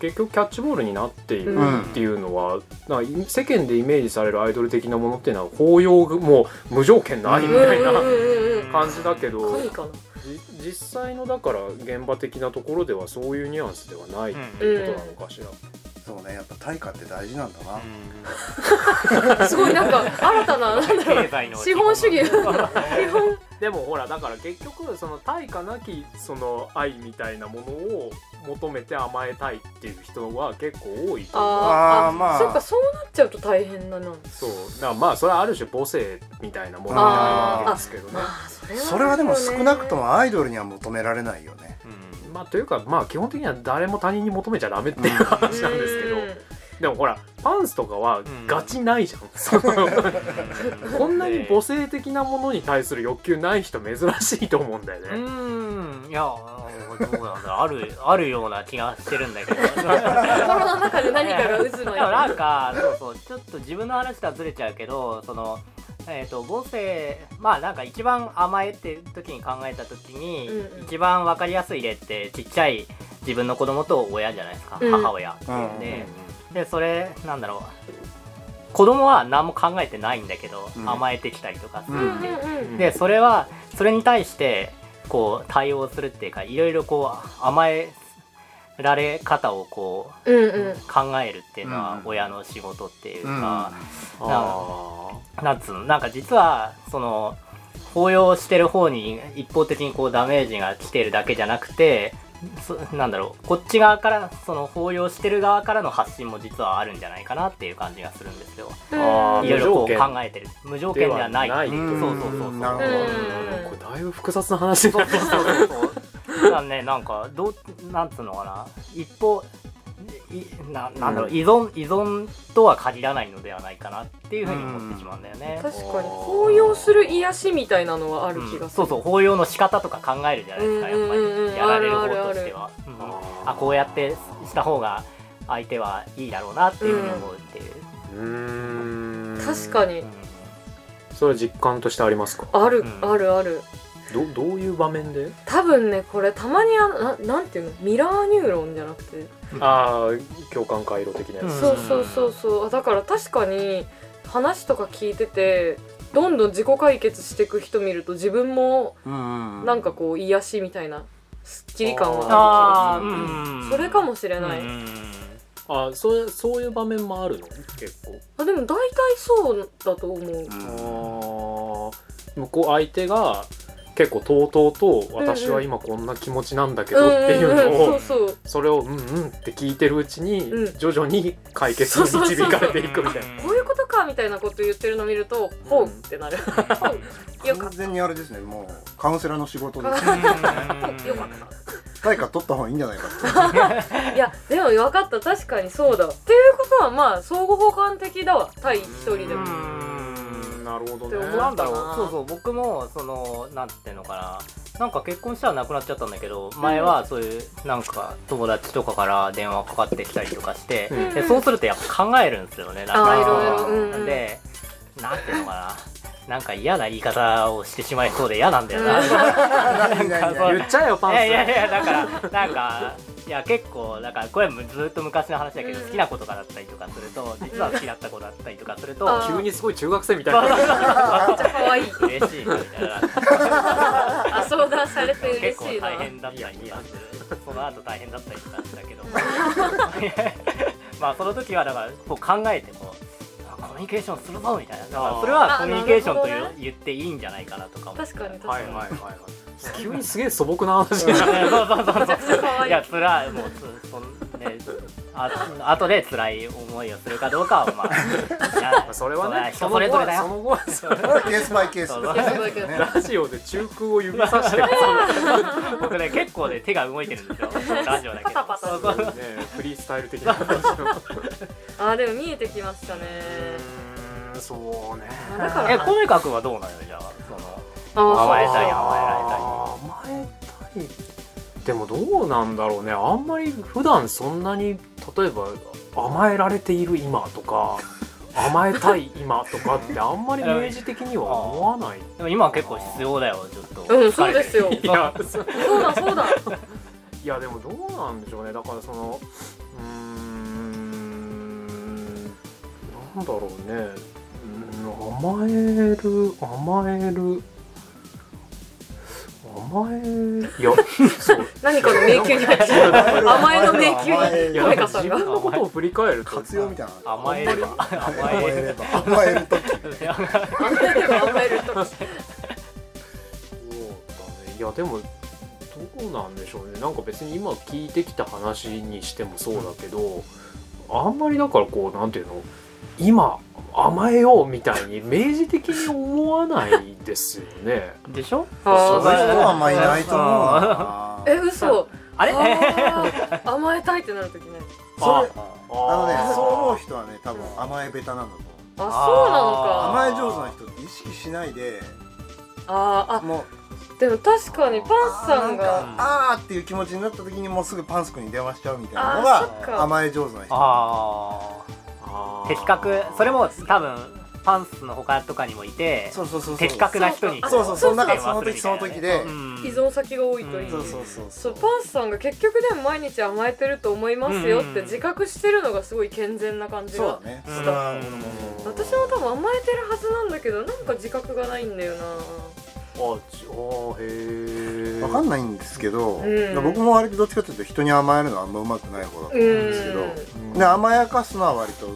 S5: 結局キャッチボールになっている
S4: うん
S5: っていうのは、なんか世間でイメージされるアイドル的なものっていうのは包容もう無条件な愛み
S4: うん
S5: たい
S4: うん
S5: な
S4: うんうん
S5: 感じだけど、
S4: 神かな
S5: じ実際のだから現場的なところではそういうニュアンスではないっていうことなのかしら。
S3: そうねやっぱ対価って大事なんだな
S4: すごいなんか新 たななんだろ
S2: 経
S4: う
S2: 済の
S4: 資本主義基本
S5: でもほらだから結局その対価なきその愛みたいなものを求めて甘えたいっていう人は結構多いと思う
S4: あ
S3: あ
S4: ー
S3: ーまあ
S4: そっかそうなっちゃうと大変だな
S5: そうだからまあそれはある種母性みたいなものに
S4: あ
S5: な
S4: ー
S5: るんですけどね
S4: まあそれは
S3: それはでも少なくともアイドルには求められないよね
S2: うん
S5: まあというかまあ基本的には誰も他人に求めちゃダメっていう話なんですけど、
S4: うん
S5: でもほらパンスとかは
S2: ん
S5: ガチないじゃん、そのこんなさに母性的なものに対する欲求ない人珍しいと思うんだよ
S2: う
S5: ね、
S2: ーんいやどうなんだあるあるような気がしてるんだけど
S4: 心の中で 何かが渦
S2: で
S4: 巻
S2: も
S4: いて
S2: なんかそうそうちょっと自分の話とはずれちゃうけどそのえー、と母性まあなんか一番甘えって時に考えた時に、
S4: うんうん
S2: 一番分かりやすい例ってちっちゃい自分の子供と親じゃないですか、
S4: うん
S2: 母親っていう
S3: うん
S2: で、でそれなんだろう子供は何も考えてないんだけど、
S3: うん
S2: 甘えてきたりとかす
S4: るう
S2: るん
S4: ん
S2: で、
S4: うんうん
S2: でそれはそれに対してこう対応するっていうかいろいろこう甘えられ方をこう
S4: うんうん
S2: 考えるっていうのは
S3: うん
S2: 親の仕事っていう
S3: うん
S2: か、
S5: あ
S2: なんつうのなんか実はその抱擁してる方に一方的にこうダメージが来てるだけじゃなくてそなんだろうこっち側からその抱擁してる側からの発信も実はあるんじゃないかなっていう感じがするんですよ
S5: あー
S2: いろいろこ
S5: 無
S2: う
S5: 条件
S2: 考えてる無条件ではない
S5: ではない
S2: そうそうそうそ
S3: う
S2: う
S3: んなるほ
S4: ど
S5: ーこれだいぶ複雑な話
S2: そう
S5: だ
S2: そうそう そうだからねなんかどうなんつうのかな一方いななんだろう、
S5: う
S2: 依存依存とは限らないのではないかなっていうふうに思ってしまうんだよね、
S4: 確かに抱擁する癒しみたいなのはある気がする、
S2: そうそう抱擁の仕方とか考えるじゃないですかやっぱ
S4: うんうんうん
S2: りやられる方として
S4: あ
S2: はうんあ
S5: あ
S2: こうやってした方が相手はいいだろうなっていうふうに思うっていう、
S5: うーん
S4: 確かに
S2: うん
S5: それは実感としてありますか
S4: ある、
S2: うん
S4: あるある
S5: どどういう場面で
S4: 多分ねこれたまにあのななんていうのミラーニューロンじゃなくて、
S5: ああ共感回路的なや
S2: うん
S5: つ、
S4: そうそうそうそうあだから確かに話とか聞いててどんどん自己解決していく人見ると自分も
S3: うん
S4: なんかこう癒しみたいなすっきり感はあ
S2: あ
S4: る
S2: ー
S4: 気がする
S2: うん
S4: それかもしれない、
S2: うん
S5: あそうそういう場面もあるの結構
S4: あでも大体そうだと思う
S5: あー向こう相手が結構とうとうと私は今こんな気持ちなんだけどっていうの
S4: うん
S5: を
S4: そうそう
S5: それをうんうんって聞いてるうちに
S4: うん
S5: 徐々に解決に導かれていくみたいな。
S4: こういうことかみたいなこと言ってるの見るとほうってなるほうよか
S3: 完
S4: っ
S3: 全にあれですねもうカウンセラーの仕事 です
S4: た
S2: うん
S4: よかった
S3: 対価取った方がいいんじゃないかって
S4: いやでも分かった確かにそうだっていうことはまあ相互補完的だわ対一人で
S5: う
S4: も
S5: んなるほど
S4: って思
S5: ね
S4: う。
S2: なんだろう
S4: かな
S2: そうそう僕もそのなんていうのかななんか結婚したらなくなっちゃったんだけど前はそういうなんか友達とかから電話かかってきたりとかして、
S5: うん
S2: でそうするとやっぱ考えるんですよねなん
S4: あ
S2: か
S4: ーいろいろうんうん
S2: でなんていうのかななんか嫌な言い方をしてしまいそうで嫌なんだよな、
S4: うん
S3: 何何
S2: そう
S5: 言っちゃえよパン
S2: い
S5: ツ。
S2: やいやいやだからなんかいや結構だからこれもずっと昔の話だけど
S4: うん
S2: 好きなことがだったりとかすると実は好きだった子だったりとかすると
S4: あー
S5: 急にすごい中学生みたいな。
S4: めっちゃ可愛い
S2: 嬉しいみたいな。
S4: あ相談されて嬉
S2: 結
S4: し
S2: 構
S4: いな
S2: 大変だったりとかするその後大変だったりしたんだけど まあその時はだからこう考えてもあコミュニケーションするぞみたいなだからそれは
S4: あ
S2: コ
S4: ー
S2: ミュニケーションと
S4: なるほど
S2: いう言っていいんじゃないかなとか思って
S4: 確かに確か
S5: はい
S4: に、
S5: はいはいはい。急にすげえ素朴な話。
S2: そ
S4: め
S2: うそうそう
S4: ちゃくちゃ可
S2: そう
S4: 愛い
S2: いや辛いもうつそんねあ後で辛い思いをするかどうかはまあいや
S5: それはね。
S2: 人それぞれだ
S5: そ
S2: よ
S5: の後はその後は
S3: ケースバイケース
S2: そう
S4: ケースバイケース
S3: ね
S5: ラジオで中空を指さしてる。
S2: 僕ね結構ね手が動いてるんですよラジオだけど
S4: パタパタ
S2: そうそう
S5: ねフリースタイル的な話を。
S4: あでも見えてきましたね
S5: うーんそうね。
S4: だから
S2: えコメカ君はどうなのよじゃあその
S4: あ
S2: 甘えた
S5: 甘え
S2: い
S5: たい甘えたいでもどうなんだろうねあんまり普段そんなに例えば甘えられている今とか甘えたい今とかってあんまりイメージ的には思わ ない
S2: でも今は結構必要だよちょっと
S4: うんそうですよ
S5: いやそ
S4: そうだそうだ
S5: いやでもどうなんでしょうねだからそのうーんなんだろうねうん甘える甘える甘えい やそう
S4: 何かの迷宮に入っちゃう甘えの迷宮
S3: い
S4: に
S3: や
S4: コ
S5: な
S4: メ
S5: んか
S4: カさ
S5: 自
S4: ん
S5: 分
S4: が
S5: のことを振り返ると
S3: 活用みたいな
S2: 甘えれば甘
S3: 甘え
S2: え
S3: れば甘えると
S2: れば
S4: 甘えれば甘えると
S5: そうだねいやでもどうなんでしょうねなんか別に今聞いてきた話にしてもそうだけどあんまりだからこうなんていうの今甘えようみたいに明示的に思わないですよね
S2: でしょ
S3: そういう人
S4: あ
S3: はあんまいないと思うな
S4: ーえ嘘
S2: あれ
S4: あー甘えたいってなるときね
S3: それ
S5: あ
S3: あの
S5: あ
S3: ね
S5: ー
S3: そう思う人はね多分甘えベタなんだと思う
S4: あそうなのか
S2: あ
S3: 甘え上手な人って意識ししないで
S4: あー
S3: も
S4: あでも確かにパ
S3: う
S4: ンさ
S3: あー
S4: んが
S3: なんかあーっていう気持ちになった時にもうすぐパンス君に電話しちゃうみたいなの
S4: あー
S3: が
S4: そっか
S3: 甘え上手な人
S2: あ
S5: あ
S2: あ
S5: ー
S2: 的確それも多分パンスの他とかにもいて
S3: そうそうそうそう
S2: 的確な人に
S3: そうそうそ
S4: そううそう
S3: なんか
S2: 電
S3: その
S2: 話
S3: 時
S2: す
S3: その
S2: るみた
S3: 時
S2: い
S3: で、
S2: なねうん
S4: 依存先が多いというう。
S2: ん
S3: そうそうそう
S4: そうパンさんが結局でも毎日甘えてると思いますよって自覚してるのがすごい健全な感じ
S3: そう
S4: が
S3: だね
S2: うん
S3: それは俺も
S4: 私も多分甘えてるはずなんだけどなんか自覚がないんだよな
S5: あじあーへえ
S3: 分かんないんですけど、
S4: うん
S3: 僕も割とどっちかというと人に甘えるのはあんまうまくない方だったん
S4: う
S3: ですけど、
S4: ん
S3: で甘やかすのは割と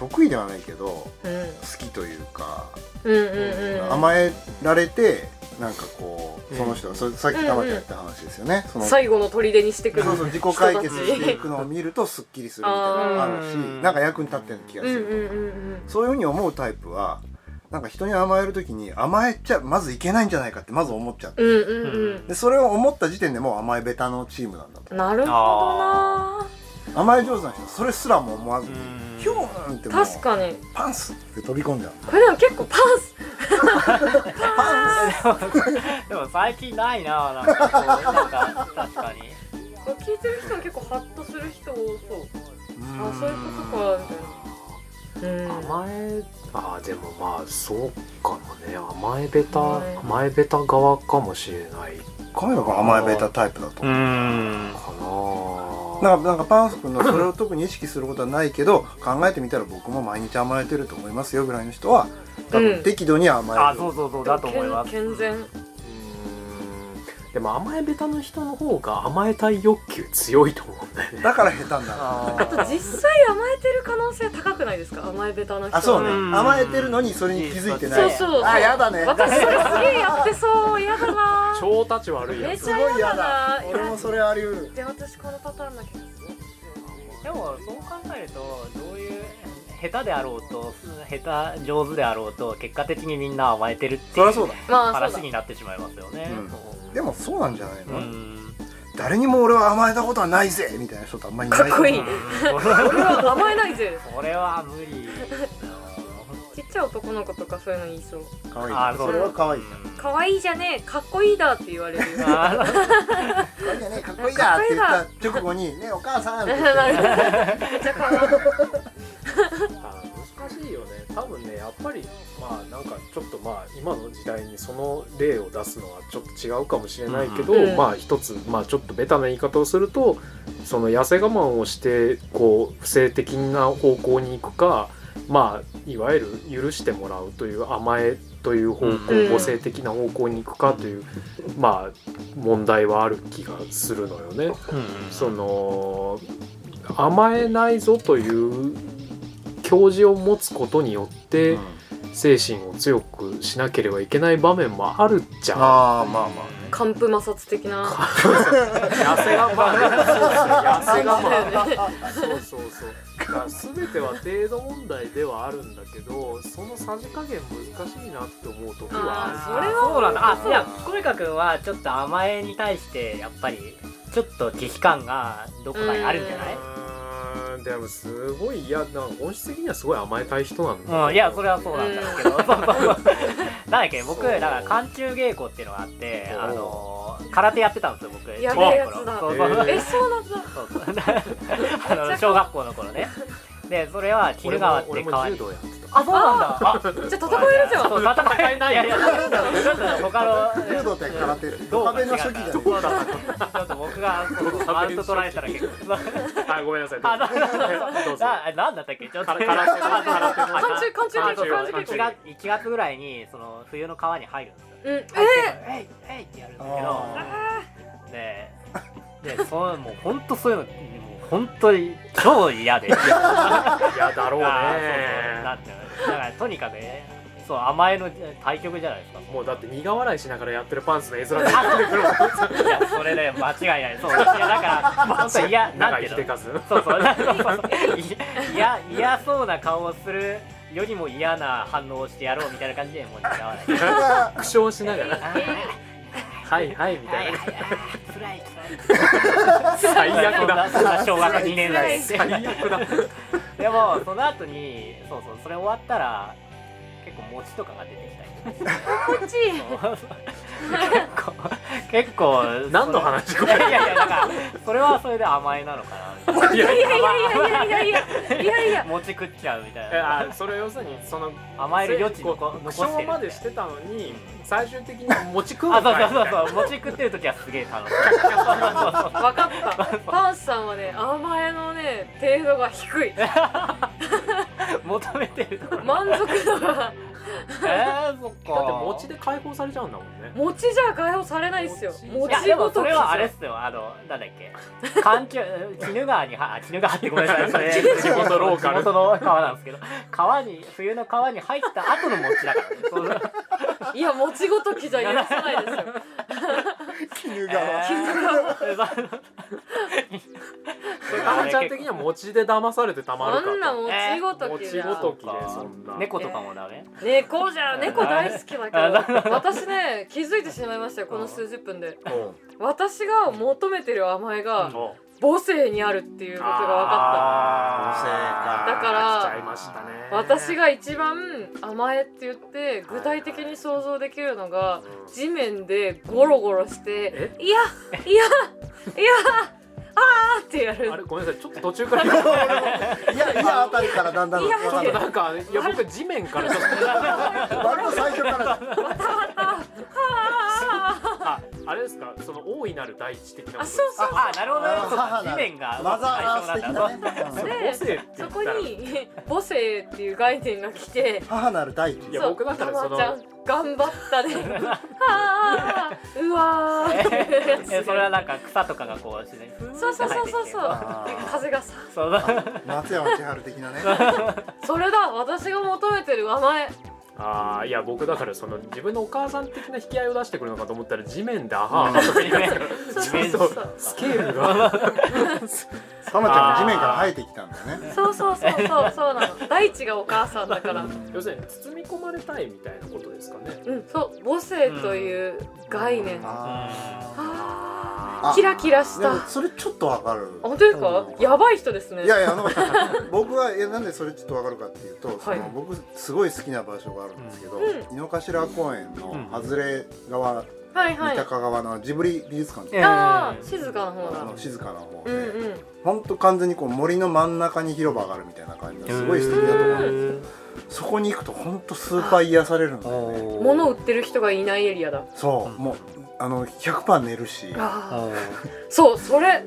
S3: 得意ではないけど好
S4: うん
S3: きというか、
S4: うんうんうん
S3: 甘えられてなんかこうその人
S5: う
S3: が、
S5: ん
S3: それさっき玉ちゃん言った話ですよね、そのそう
S4: 最後の砦にしてくる
S3: そう自己解決していくのを見るとすっきりするみたいなのがあるし
S5: うん
S3: なんか役に立ってる気が
S4: う
S3: する、
S4: んうんうん
S3: そういうふうに思うタイプはなんか人に甘える時に甘えちゃまずいけないんじゃないかってまず思っちゃって、
S4: うんうんうん
S3: でそれを思った時点でもう甘えベタのチームなんだと
S4: うんなるほどな
S3: 甘え上手な人それすらも思わずに
S2: うん
S3: ヒューンってもう
S4: 確かに
S3: パンスって飛び込んじゃう
S4: これでも結構パンス
S2: でも最近ないななんかそうなんか確かに
S4: これ聞いてる人は結構ハッとする人多そうあそういうことかみたいなうん
S5: 甘えあーでもまあそうかもね甘えベタ
S4: 甘え
S5: 甘えベタ側かもしれない
S3: カメラが甘えベタタイプだと、
S2: ん
S5: かな
S3: なんかなんかパンス君のそれを特に意識することはないけど考えてみたら僕も毎日甘えてると思いますよぐらいの人は多
S4: う
S3: 分
S4: ん
S3: 適度に甘える、
S2: あそうそうそうだと思います
S4: 健全
S5: うんでも甘えベタの人の方が甘えたい欲求強いと思うんだよね
S3: だから下手なんだ
S2: あ
S4: あと実際甘えてる可能性高くないですか甘えベタな人
S3: あそうね
S2: うん
S3: 甘えてるのにそれに気づいてな
S4: そう
S3: い
S4: そうそう
S3: あやだね
S4: 私それすげえやってそうやだな
S5: 超立ち悪いや
S4: め
S5: つ
S4: ちゃ嫌だな
S3: 俺もそれあり得る
S4: で私このパターンだけど
S2: でもそう考えるとどういう下手であろうと下手上手であろうと結果的にみんな甘えてるってい
S3: だ
S2: う
S4: まあそ
S2: 話
S4: うだ
S2: になってしまいますよね。
S3: うん
S2: そう
S3: でもそうなんじゃないの、
S2: うん
S3: 誰にも俺は甘えたことはないぜみたいな人ってあんまりいない
S4: かっこいい
S2: こ
S4: 俺は甘えないぜ
S2: れは無理。
S4: ちっちゃい男の子とかそういうの言いそう
S3: かわいいそれは可愛いじ
S4: 可愛いじゃねえかっこいいだって言われるよな
S2: あー
S3: ゃんねかっこいいだって言った直後 に「ねお母さん」って言って
S4: んかめっちゃ可愛い
S5: あ難しいよね多分ねやっぱりまあなんかちょっとまあ今の時代にその例を出すのはちょっと違うかもしれないけど、
S4: うん
S5: まあ一つまあちょっとベタな言い方をするとその痩せ我慢をしてこう不正的な方向に行くかまあいわゆる許してもらうという甘えという方向、
S4: うん
S5: 母性的な方向に行くかというまあ問題はある気がするのよね。その甘えないぞという教示を持つことによって精神を強くしなければいけない場面もあるじゃん。
S3: ああまあまあ
S4: 寒風摩擦的な
S5: 痩せ我慢そうそう痩せ我
S4: だよね
S5: 慢そうそうそうだから全ては程度問題ではあるんだけどそのさじ加減難しいなって思う時は
S4: あー
S5: あ
S4: それは
S2: そうなんだ。あ、いや、コミカ君はちょっと甘えに対してやっぱりちょっと拒否感がどこかにあるんじゃない？
S5: るでもすごいいやなんか本質的にはすごい甘えたい人なんだけど
S2: うん、いやそれはそうなんだけど、そうそう そうなんだっけ僕だから寒中稽古っていうのがあって
S5: おう
S2: あの空手やってたんですよ僕
S4: やべえやつだ
S2: 小
S5: へー
S2: さい頃
S4: えそうなんだ
S2: そうそうそう あの小学校の頃ねでそれは鬼怒川って
S5: 俺も
S2: 川
S5: 俺も
S2: に
S5: 柔道やってた
S2: あそうなんだあ
S4: じゃあ戦えるじゃん
S2: そう戦えないいやいやちょっと他の
S3: 柔道って空手って
S2: どう
S3: 壁の初期だよ
S2: そうそうちょっと僕がそうマウント取られたら結構
S5: あ、ごめんなさい。
S2: あな
S5: どうぞ。
S2: ななんだったっけちょっと
S5: か ら空手だ空手だ
S4: 寒中寒中
S2: あ
S4: 結
S2: そう
S4: 構寒中
S5: 寒
S4: 結
S5: 中
S4: 構
S2: 1月1月ぐらいにその冬の川に入るんですよ
S4: うんえー
S2: えいえいってやるんだ
S3: あ
S2: けどででそのもう本当そういうのもう本当に超嫌 で
S5: いや、だろう
S2: あーそうそうな
S5: ね。
S2: んていうのだからとにかくねそう甘えの対局じゃないですか
S5: もうだって苦笑いしながらやってるパンツの絵面で。
S2: いやそれで間違いないそういやだから本当に嫌な
S5: 長
S2: ん
S5: い
S2: てい
S5: ひ
S2: う
S5: て
S2: の
S5: かす。
S2: そうそうそうそういや嫌そうな顔をするよりも嫌な反応をしてやろうみたいな感じでもう嫌わ ない
S5: 苦笑しながら。はいはいみたいな。
S2: 辛い
S5: 最悪だ。
S2: そんな小学2年生
S5: 最悪だ。
S2: でもその後にそうそうそれ終わったら結構餅とかが出てきたりとか
S4: こっち
S2: 結構結構
S5: 何の話
S2: いやいやいやだからそれはそれで甘えなのかなみたいない
S5: や
S4: いやいやいやいやいやいやいやいや
S2: 餅食っちゃうみたい
S5: えあ
S2: な
S5: それ要するにその
S2: 甘える余地
S5: こう
S2: 残残
S5: 苦
S2: してるみたい
S5: 笑
S2: な
S5: までしてたのに最終的に持ち食うの
S2: あ
S5: か
S2: そう
S5: いみ
S2: そう
S5: たい
S2: そう
S5: な
S2: そう餅食ってる時はすげえ 楽しい
S4: 分か ったパンチさんはね甘えのね程度が低い
S2: 求めてると
S4: 満足度が
S2: えー、そっか
S5: だって餅で解放されちゃうんだもんね
S4: 餅じゃ解放されないですよ
S2: いやで
S4: 餅
S2: も
S4: ご
S2: そ
S4: とき
S2: れ
S4: じ
S2: はあれ
S4: ゃ
S2: っすよあのなんだっけ環境 鬼怒川にはあ鬼怒川ってごめんなさいそれ
S5: 地元ローカル
S2: 地元の川なんですけど川に冬の川に入った後の餅だからねその
S4: いや餅ごときじゃ許さないですよ
S3: 絹
S2: え
S3: 川
S2: ー
S5: それかなちゃん的には餅で騙されてたまるか
S4: そんな
S5: と
S4: 餅ごときじ
S5: えー餅ご
S4: ゃ
S5: ときでそんな
S2: 猫とかもダメ、
S4: 猫じゃ猫大好きだから私ね気づいてしまいましたよこの数十分で私が求めてる甘えが母性にあるっていうことが分かっ
S5: あー
S4: だから
S5: 来ちゃいましたね
S4: た私が一番甘えって言って具体的に想像できるのが
S5: うん
S4: 地面でゴロゴロして
S5: え
S4: 「いやいやいやあー」ってや
S5: あれ
S4: る
S5: ごめんなさいちょっと途中からち
S3: いやいやあたりからだんだん
S4: いや
S3: わかん
S5: ょっと
S3: ない
S5: なんかいや僕地面からちょっと
S3: 割と最初から
S4: あ
S5: ああれですかその大いなる大地的なこと
S4: あそうそう
S2: ああなるほどね
S3: あー
S2: そう
S3: 母
S2: か
S3: だ
S2: 地面が
S3: マザーアース的
S2: そう
S3: なねうん
S5: 母性って言
S4: そ
S5: っ
S4: こ
S5: たら
S4: に母性っていう概念が来て
S3: 母なる大地
S5: いや
S4: そう
S5: 僕だったら
S4: マ
S5: その
S4: マちゃん頑張っ たねあーうわーっていうやつ
S2: えそれはなんか草とかがこう自然にふーって
S4: そうそうそうそうそう
S3: あー
S4: 風がさ
S2: そうそう
S3: 松山千春的 なね
S4: それだ私が求めてる甘え
S5: あーいや僕だからその自分のお母さん的な引き合いを出してくるのかと思ったら地面であはー
S2: 地面
S4: そう
S2: 地
S4: そ
S2: 面
S4: う
S5: ち
S4: そ
S5: ょ
S4: う
S5: っとスケールが
S3: たまちゃんが地面から生えてきたんだよね
S4: そうそうそうそうそうなの大地がお母さんだから
S5: 要するに包み込まれたいみたいなことですかね
S4: うんそう母性という概念
S3: あ
S4: あ
S3: ー
S4: ーキラキラ
S3: ー
S4: し
S3: で
S4: た
S3: もそれちょっとわかる
S4: 本当ですか
S3: うん
S4: やばい人ですね
S3: いやいやあの 僕はいやなんでそれちょっとわかるかっていうと、そ
S4: はい
S3: の僕すごい好きな場所があるんですけど、
S4: う
S3: 井の頭公園の外れ側、
S4: はいは
S3: 三
S4: い
S3: 鷹側のジブリ美術館っていう
S4: あー静かな方
S3: あ
S4: だ
S3: の静かな方
S4: う
S3: で、
S4: んうん
S3: ほんと完全にこう森の真ん中に広場があるみたいな感じのすごい素敵なところなんですそこに行くとほんとスーパー癒されるんだよね
S4: 物売ってる人がいないエリアだ
S3: そう、もうあの100%寝るし
S4: あ
S2: お
S4: ーそうそ れ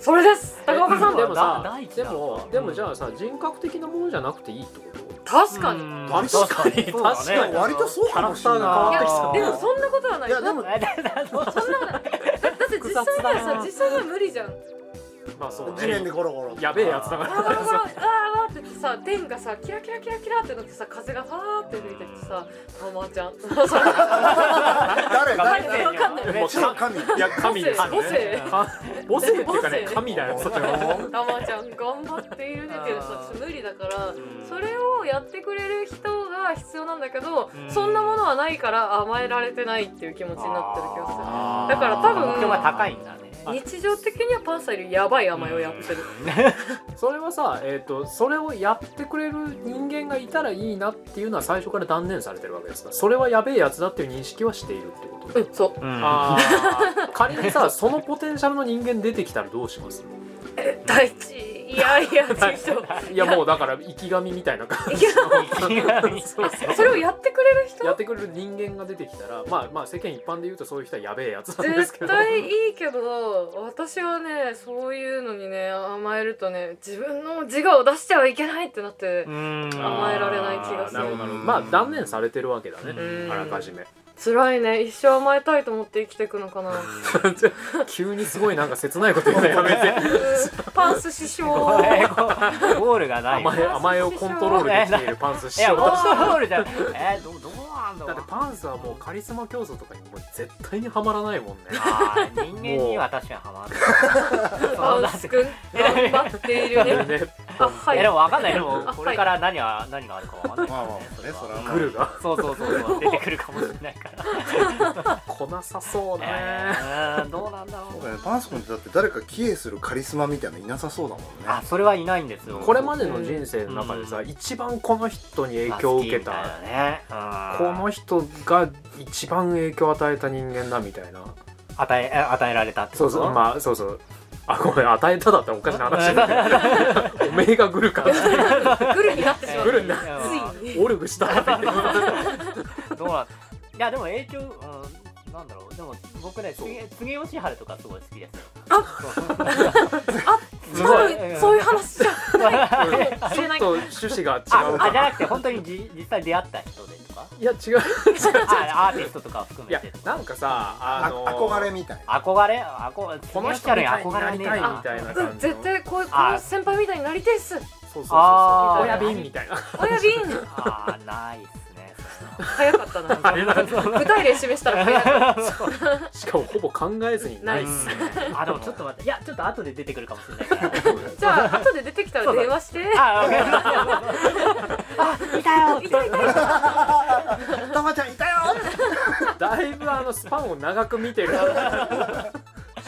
S4: それです高岡さん
S5: でも
S2: だ
S5: さ
S2: 大地
S5: で
S2: だ
S5: もでもじゃあさ人格的なものじゃなくていいってこと
S4: 確かにい
S5: 確かに
S2: そうだね
S5: 確かに
S3: 割とそうかもしれな
S5: キャラクター
S3: い
S5: が変わ
S4: や
S5: って
S4: で
S5: き
S2: あー
S4: もそんなことはない
S3: いやでも
S4: だ
S2: えだだだ
S4: そんなことないだだって実際
S5: 複雑だ
S4: は
S5: な
S4: さ実際は無理じゃん
S5: まあそう
S3: 地面
S5: ね
S3: でゴロゴロ
S5: やべえやつだか
S4: ゴ
S5: ら
S4: ロゴロゴロあーわーってってさ天がさキラキラキラキラってなってさ風がファーって吹いてってさママ ちゃんそれ
S3: 誰誰
S4: わかんないわかんない
S5: もう
S3: 超神
S5: いや神ですよね
S4: 母性
S5: 母性っていうかね神だよそれは
S4: ママちゃん頑張っているねけどさ
S2: あー
S4: 無理だから
S2: ん
S4: それをやってくれる人が必要なんだけど
S2: うん
S4: そんなものはないから甘えられてないっていう気持ちになってる気がする
S5: あー
S4: だから多分
S2: 目標が高いんだね
S4: 日常的にはパンサーよりやばい甘えをやってる、
S5: それはさえっとそれをやってくれる人間がいたらいいなっていうのは最初から断念されてるわけですからそれはやべえやつだっていう認識はしているってこと
S4: う
S5: で
S4: ん、そう
S2: あ
S5: あー 仮にさそのポテンシャルの人間出てきたらどうします
S4: 大地いやいやちょっ
S5: いやもうだから生き神みたいな感
S4: とい
S5: じ
S4: や
S5: のそうそう
S4: あそれをやってくれる人
S5: やってくれる人間が出てきたらまあまあ世間一般で言うとそういう人はやべえやつなんですけ
S4: 絶
S5: ど
S4: 対いいけど私はねそういうのにね甘えるとね自分の自我を出してはいけないってなって
S2: うん
S4: 甘えられない気がする
S5: あーなるほどなるほどまあ断念されてるわけだね
S4: うん
S5: あらかじめ
S4: 辛いね一生甘えたいと思って生きていくのかな
S5: 急にすごいなんか切ないこと言うのやめ て
S4: うーパンス師匠
S2: ゴールがない
S5: 甘え甘えをコントロールできているパンス師
S2: いや
S5: 匠
S2: ゴ
S5: だ
S2: ールじゃえどどうなんだ
S5: だって
S2: ろう
S5: パンスはもうカリスマ競争とかにもう絶対にはまらないもんね
S2: あー人間には確かにハマ る
S4: パンスくん頑張っているね
S5: ね
S4: あはい
S2: やでも分かんないでも
S4: はい
S2: これから何は何があるか分かんない
S3: まあまあそれそれはまあ
S5: グルが
S2: そうそうそうそう出てくるかもしれないから
S5: 来なさそうだね
S2: えーどうなんだろ
S3: そう
S2: う
S3: だねパンス君ってだって誰か帰依するカリスマみたいなのいなさそうだもんね
S2: あそれはいないんですよ
S5: これまでの人生の中でさ、
S2: うん
S5: 一番この人に影響を受け
S2: あ好
S5: た
S2: きみいなねうん
S5: この人が一番影響を与えた人間だみたいな
S2: 与え与えられたってこ
S5: そ
S2: と
S5: うそうまあそうそうあごめん与えただったらおかしな話だけ どおめえがグルか
S4: グルになってしま
S5: グ
S4: う
S5: ルにな
S4: ついに
S5: オルグしたって いう
S2: どうなんいやでも影響、うん、なんだろうでも僕ね
S5: そう
S2: 杉杉吉春とかすごい好きですよ
S4: 多分そういう話じゃ
S5: うんちょっと趣旨が違う
S2: ああじ
S5: か
S2: ゃなくて本当にじ実際出会った人で とか
S5: いや違う
S2: あアーティストとかを含
S5: い
S2: め
S5: や
S2: てとか
S5: なんかさあ
S3: あ
S5: の
S3: 憧れみたいな
S2: 憧れ憧れ
S5: この人
S2: 杉
S5: み
S2: 吉
S5: たいに
S2: 春
S5: な
S2: に
S5: り
S2: 憧
S5: た
S2: れ
S5: い
S2: ね
S5: みたいな
S4: うん
S2: えな
S5: 感じの
S4: 絶対こうこ
S2: あ
S4: の先輩みたいになりてえっす
S5: そうそうそう
S2: あ
S5: そう
S2: ー
S5: 親瓶みたいな
S4: 親瓶
S2: あーないっすね
S4: 早かったな
S5: あれなんだ
S4: 具体例示したら早かっ
S5: しかもほぼ考えずに
S4: な
S5: ないい
S4: っ
S5: っ
S4: す
S5: す
S4: ね
S5: ね
S2: あでもちょっと待っていやちょっと後で出てくるかもしれないから
S4: たじゃあ後で出てきたら電話して
S2: あわかりましたあいたよ
S4: い たいたいた
S3: たまちゃんいたよ
S5: だいぶあのスパンを長く見てる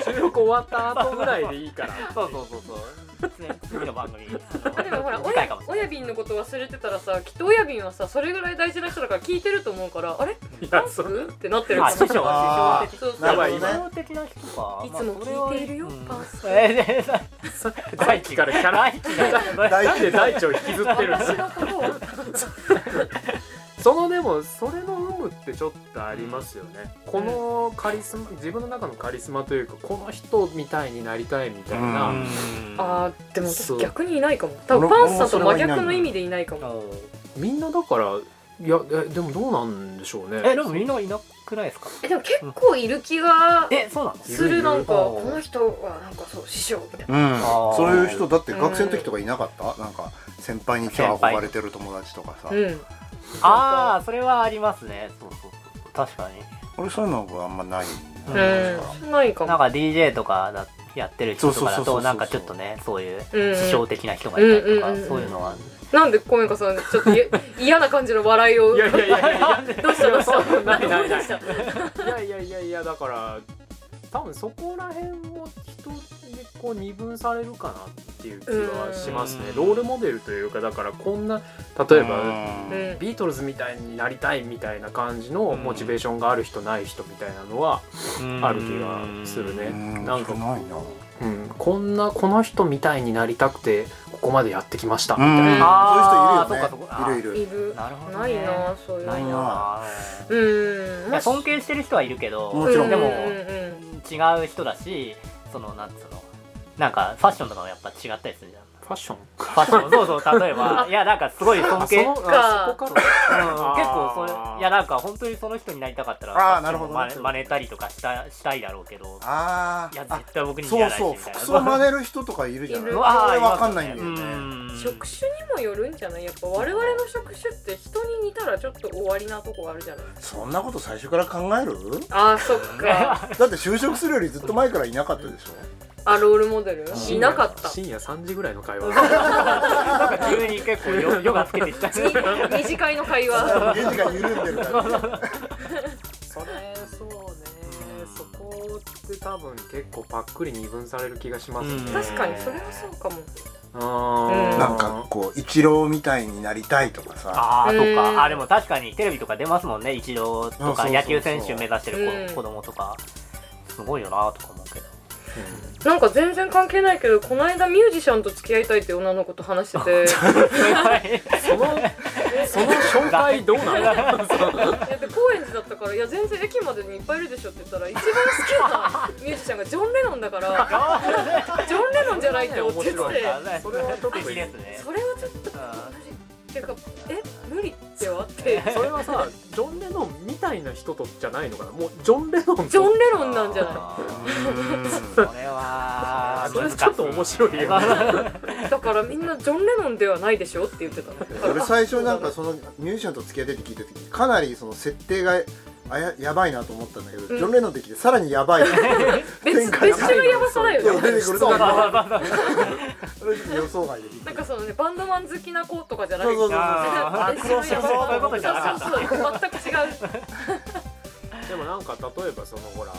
S5: 収録終わった後ぐらいでいいから
S2: そうそうそうそう常に次の番組
S4: でもほら
S2: 次回かも
S4: 親親
S2: しれない
S4: 瓶のこと忘れてたらさきっと親瓶はさそれぐらい大事な人だから聞いてると思うからあれ
S5: い
S4: マ
S5: や
S4: ス
S5: そ
S4: クってなってる
S2: あ
S4: か
S2: 師
S4: も
S2: 匠
S4: そう
S2: 師匠的
S4: そう
S3: な
S5: や
S3: るほ
S5: ば
S3: ど
S5: い
S3: ね
S5: 今
S2: 理想的な人か
S4: いつも聞いているよパース
S2: え
S5: 大輝からキャラ
S3: 大
S5: なんで
S3: 輝
S5: 大地を引きずって るんです
S4: 私
S5: よ
S4: のことを
S5: そのでもそれの有無ってちょっとありますよね、このカリスマ自分の中のカリスマというかこの人みたいになりたいみたいな、
S3: うん
S4: あーでも私
S5: そう
S4: 逆にいないかも多分
S3: 俺も
S4: パンサーと真逆の意味でいないかも
S5: みんなだからいやえでもどうなんでしょうね
S2: えでもみんないなくないですか
S4: えでも結構いる気が
S2: えそうなの
S4: するなんか
S2: いるい
S4: こ
S2: る
S4: の人はなんかそう師匠みたいな
S3: うん
S2: ー
S3: そういう人だって学生の時とかいなかったなんか先輩に超憧れてる友達とかさ
S4: うん
S2: ああそれはありますねそうそうそう確かに
S3: 俺そういうのがあんまないんだよだか
S4: うんないか
S2: なん
S4: も
S2: か DJ とかだやってる人とか
S3: そ
S2: だ
S3: うそうそうそ
S2: と
S3: う
S2: なんかちょっとねそういう
S4: うん
S2: 師匠的な人がいたりとか
S4: うんうんうんうん
S2: そういうのは
S4: なんでコメカさんちょっとい嫌な感じの笑いを
S5: いやいやいやいやいや
S4: どうしたどう
S5: そん
S4: し
S5: な
S4: た
S5: ないない
S4: ど
S5: ない
S4: うした
S5: いやいやいやいやだから多分そこら辺も人でこう二分されるかなっていう気はしますね
S2: うん
S5: ロールモデルというかだからこんな例えば
S3: ら
S4: うん
S5: ビートルズみたいになりたいみたいな感じの
S2: うん
S5: モチベーションがある人ない人みたいなのは、ある気がするね
S3: うん
S5: なんか
S3: 少ないな
S5: うん、こんなこの人みたいになりたくてここまでやってきましたみたいな、
S2: あー
S3: そういう人い
S2: そ
S3: うる
S2: かそうか
S3: よねいるいる
S4: いる
S2: なるほど
S4: な
S2: ね
S4: いなそういうの
S2: ないなぁ
S4: うん
S2: いや尊敬してる人はいるけど
S3: もちろん
S2: で
S4: う
S2: も
S4: うん
S2: 違う人だしそのなんつうのなんかファッションとかもやっぱ違ったりするじゃん
S5: ファッション
S2: ファッショ ンそうそう例えばいやなんかすごい尊敬
S5: あ
S2: うん
S5: そ
S2: 結
S5: のあそこからあー
S2: 構それいやなんか本当にその人になりたかったら
S3: あー
S2: ファッションも
S3: なるほどね
S2: 真似真似たりとかしたしたいだろうけど
S3: あ
S2: い
S3: ー
S2: や
S3: あ
S2: 絶対僕に似
S3: そ
S2: 合
S3: う
S2: わないし
S3: そう
S2: みたいな
S3: 服装真似る人とかいるじゃない
S4: い
S3: 俺
S4: る
S3: わかんないんだ
S2: う
S3: よね
S2: ん
S4: 職種にもよるんじゃないやっぱ我々の職種って人に似たらちょっと終わりなとこあるじゃない
S3: そんなこと最初から考える
S4: あーそっか
S3: だって就職するよりずっと前からいなかったでしょ
S4: あロールモデルいなかった
S5: 深夜3時ぐらいの会話
S2: なんか急に結構ヨヨガつけていった
S4: 次二次会の会話
S3: ゲジが緩んでるから
S5: それそうねそこって多分結構パックリ二分される気がしますね、
S2: うん
S4: 確かにそれはそうかも
S5: あー
S3: なんかこう一郎みたいになりたいとかさ
S2: ああそう
S4: うん
S2: かあでも確かにテレビとか出ますもんね一郎と
S3: そうそうそ
S2: か
S3: う
S2: 野球選手目指してる
S4: うん
S2: 子子供とかすごいよなとか思うけど
S4: なんか全然関係ないけどこの間ミュージシャンと付き合いたいって女の子と話してて
S5: そのその紹介どうなの
S4: だって高円寺だったから「いや全然駅までにいっぱいいるでしょ」って言ったら一番好きなミュージシャンがジョン・レノンだからジョン・レノンじゃないって思ってて
S5: 面白い
S2: それは 特にですね
S4: それはちょっと
S2: う
S4: てかえ無理ってはって
S5: それはさジョン・レノンみたいな人とじゃないのかなもうジョン・レノンと
S4: ジョン・レノ
S2: ん
S4: ンなんじゃな
S2: それは
S5: それちょっと面白いよ
S4: いだからみんなジョン・レノンではないでしょって言ってたの
S3: 俺最初なんかそのミュージシャンと付き合ってって聞いた時かなりその設定があややばいなと思ったんだけど、ジョン・レノンできてさらにや ばい
S4: 別別種のやばさだ
S3: いや
S4: よね
S3: 出てくると
S2: そう
S3: は
S2: そうそうそう
S3: 思う正直予想外でき
S4: なん
S3: た
S4: かそのねバンドマン好きな子とかじゃない
S3: そうそうそうそう
S2: あー
S4: 別のやばさ
S2: そういうことじゃなかった
S4: そうそうそう全く違う
S5: でもなんか例えばそのほら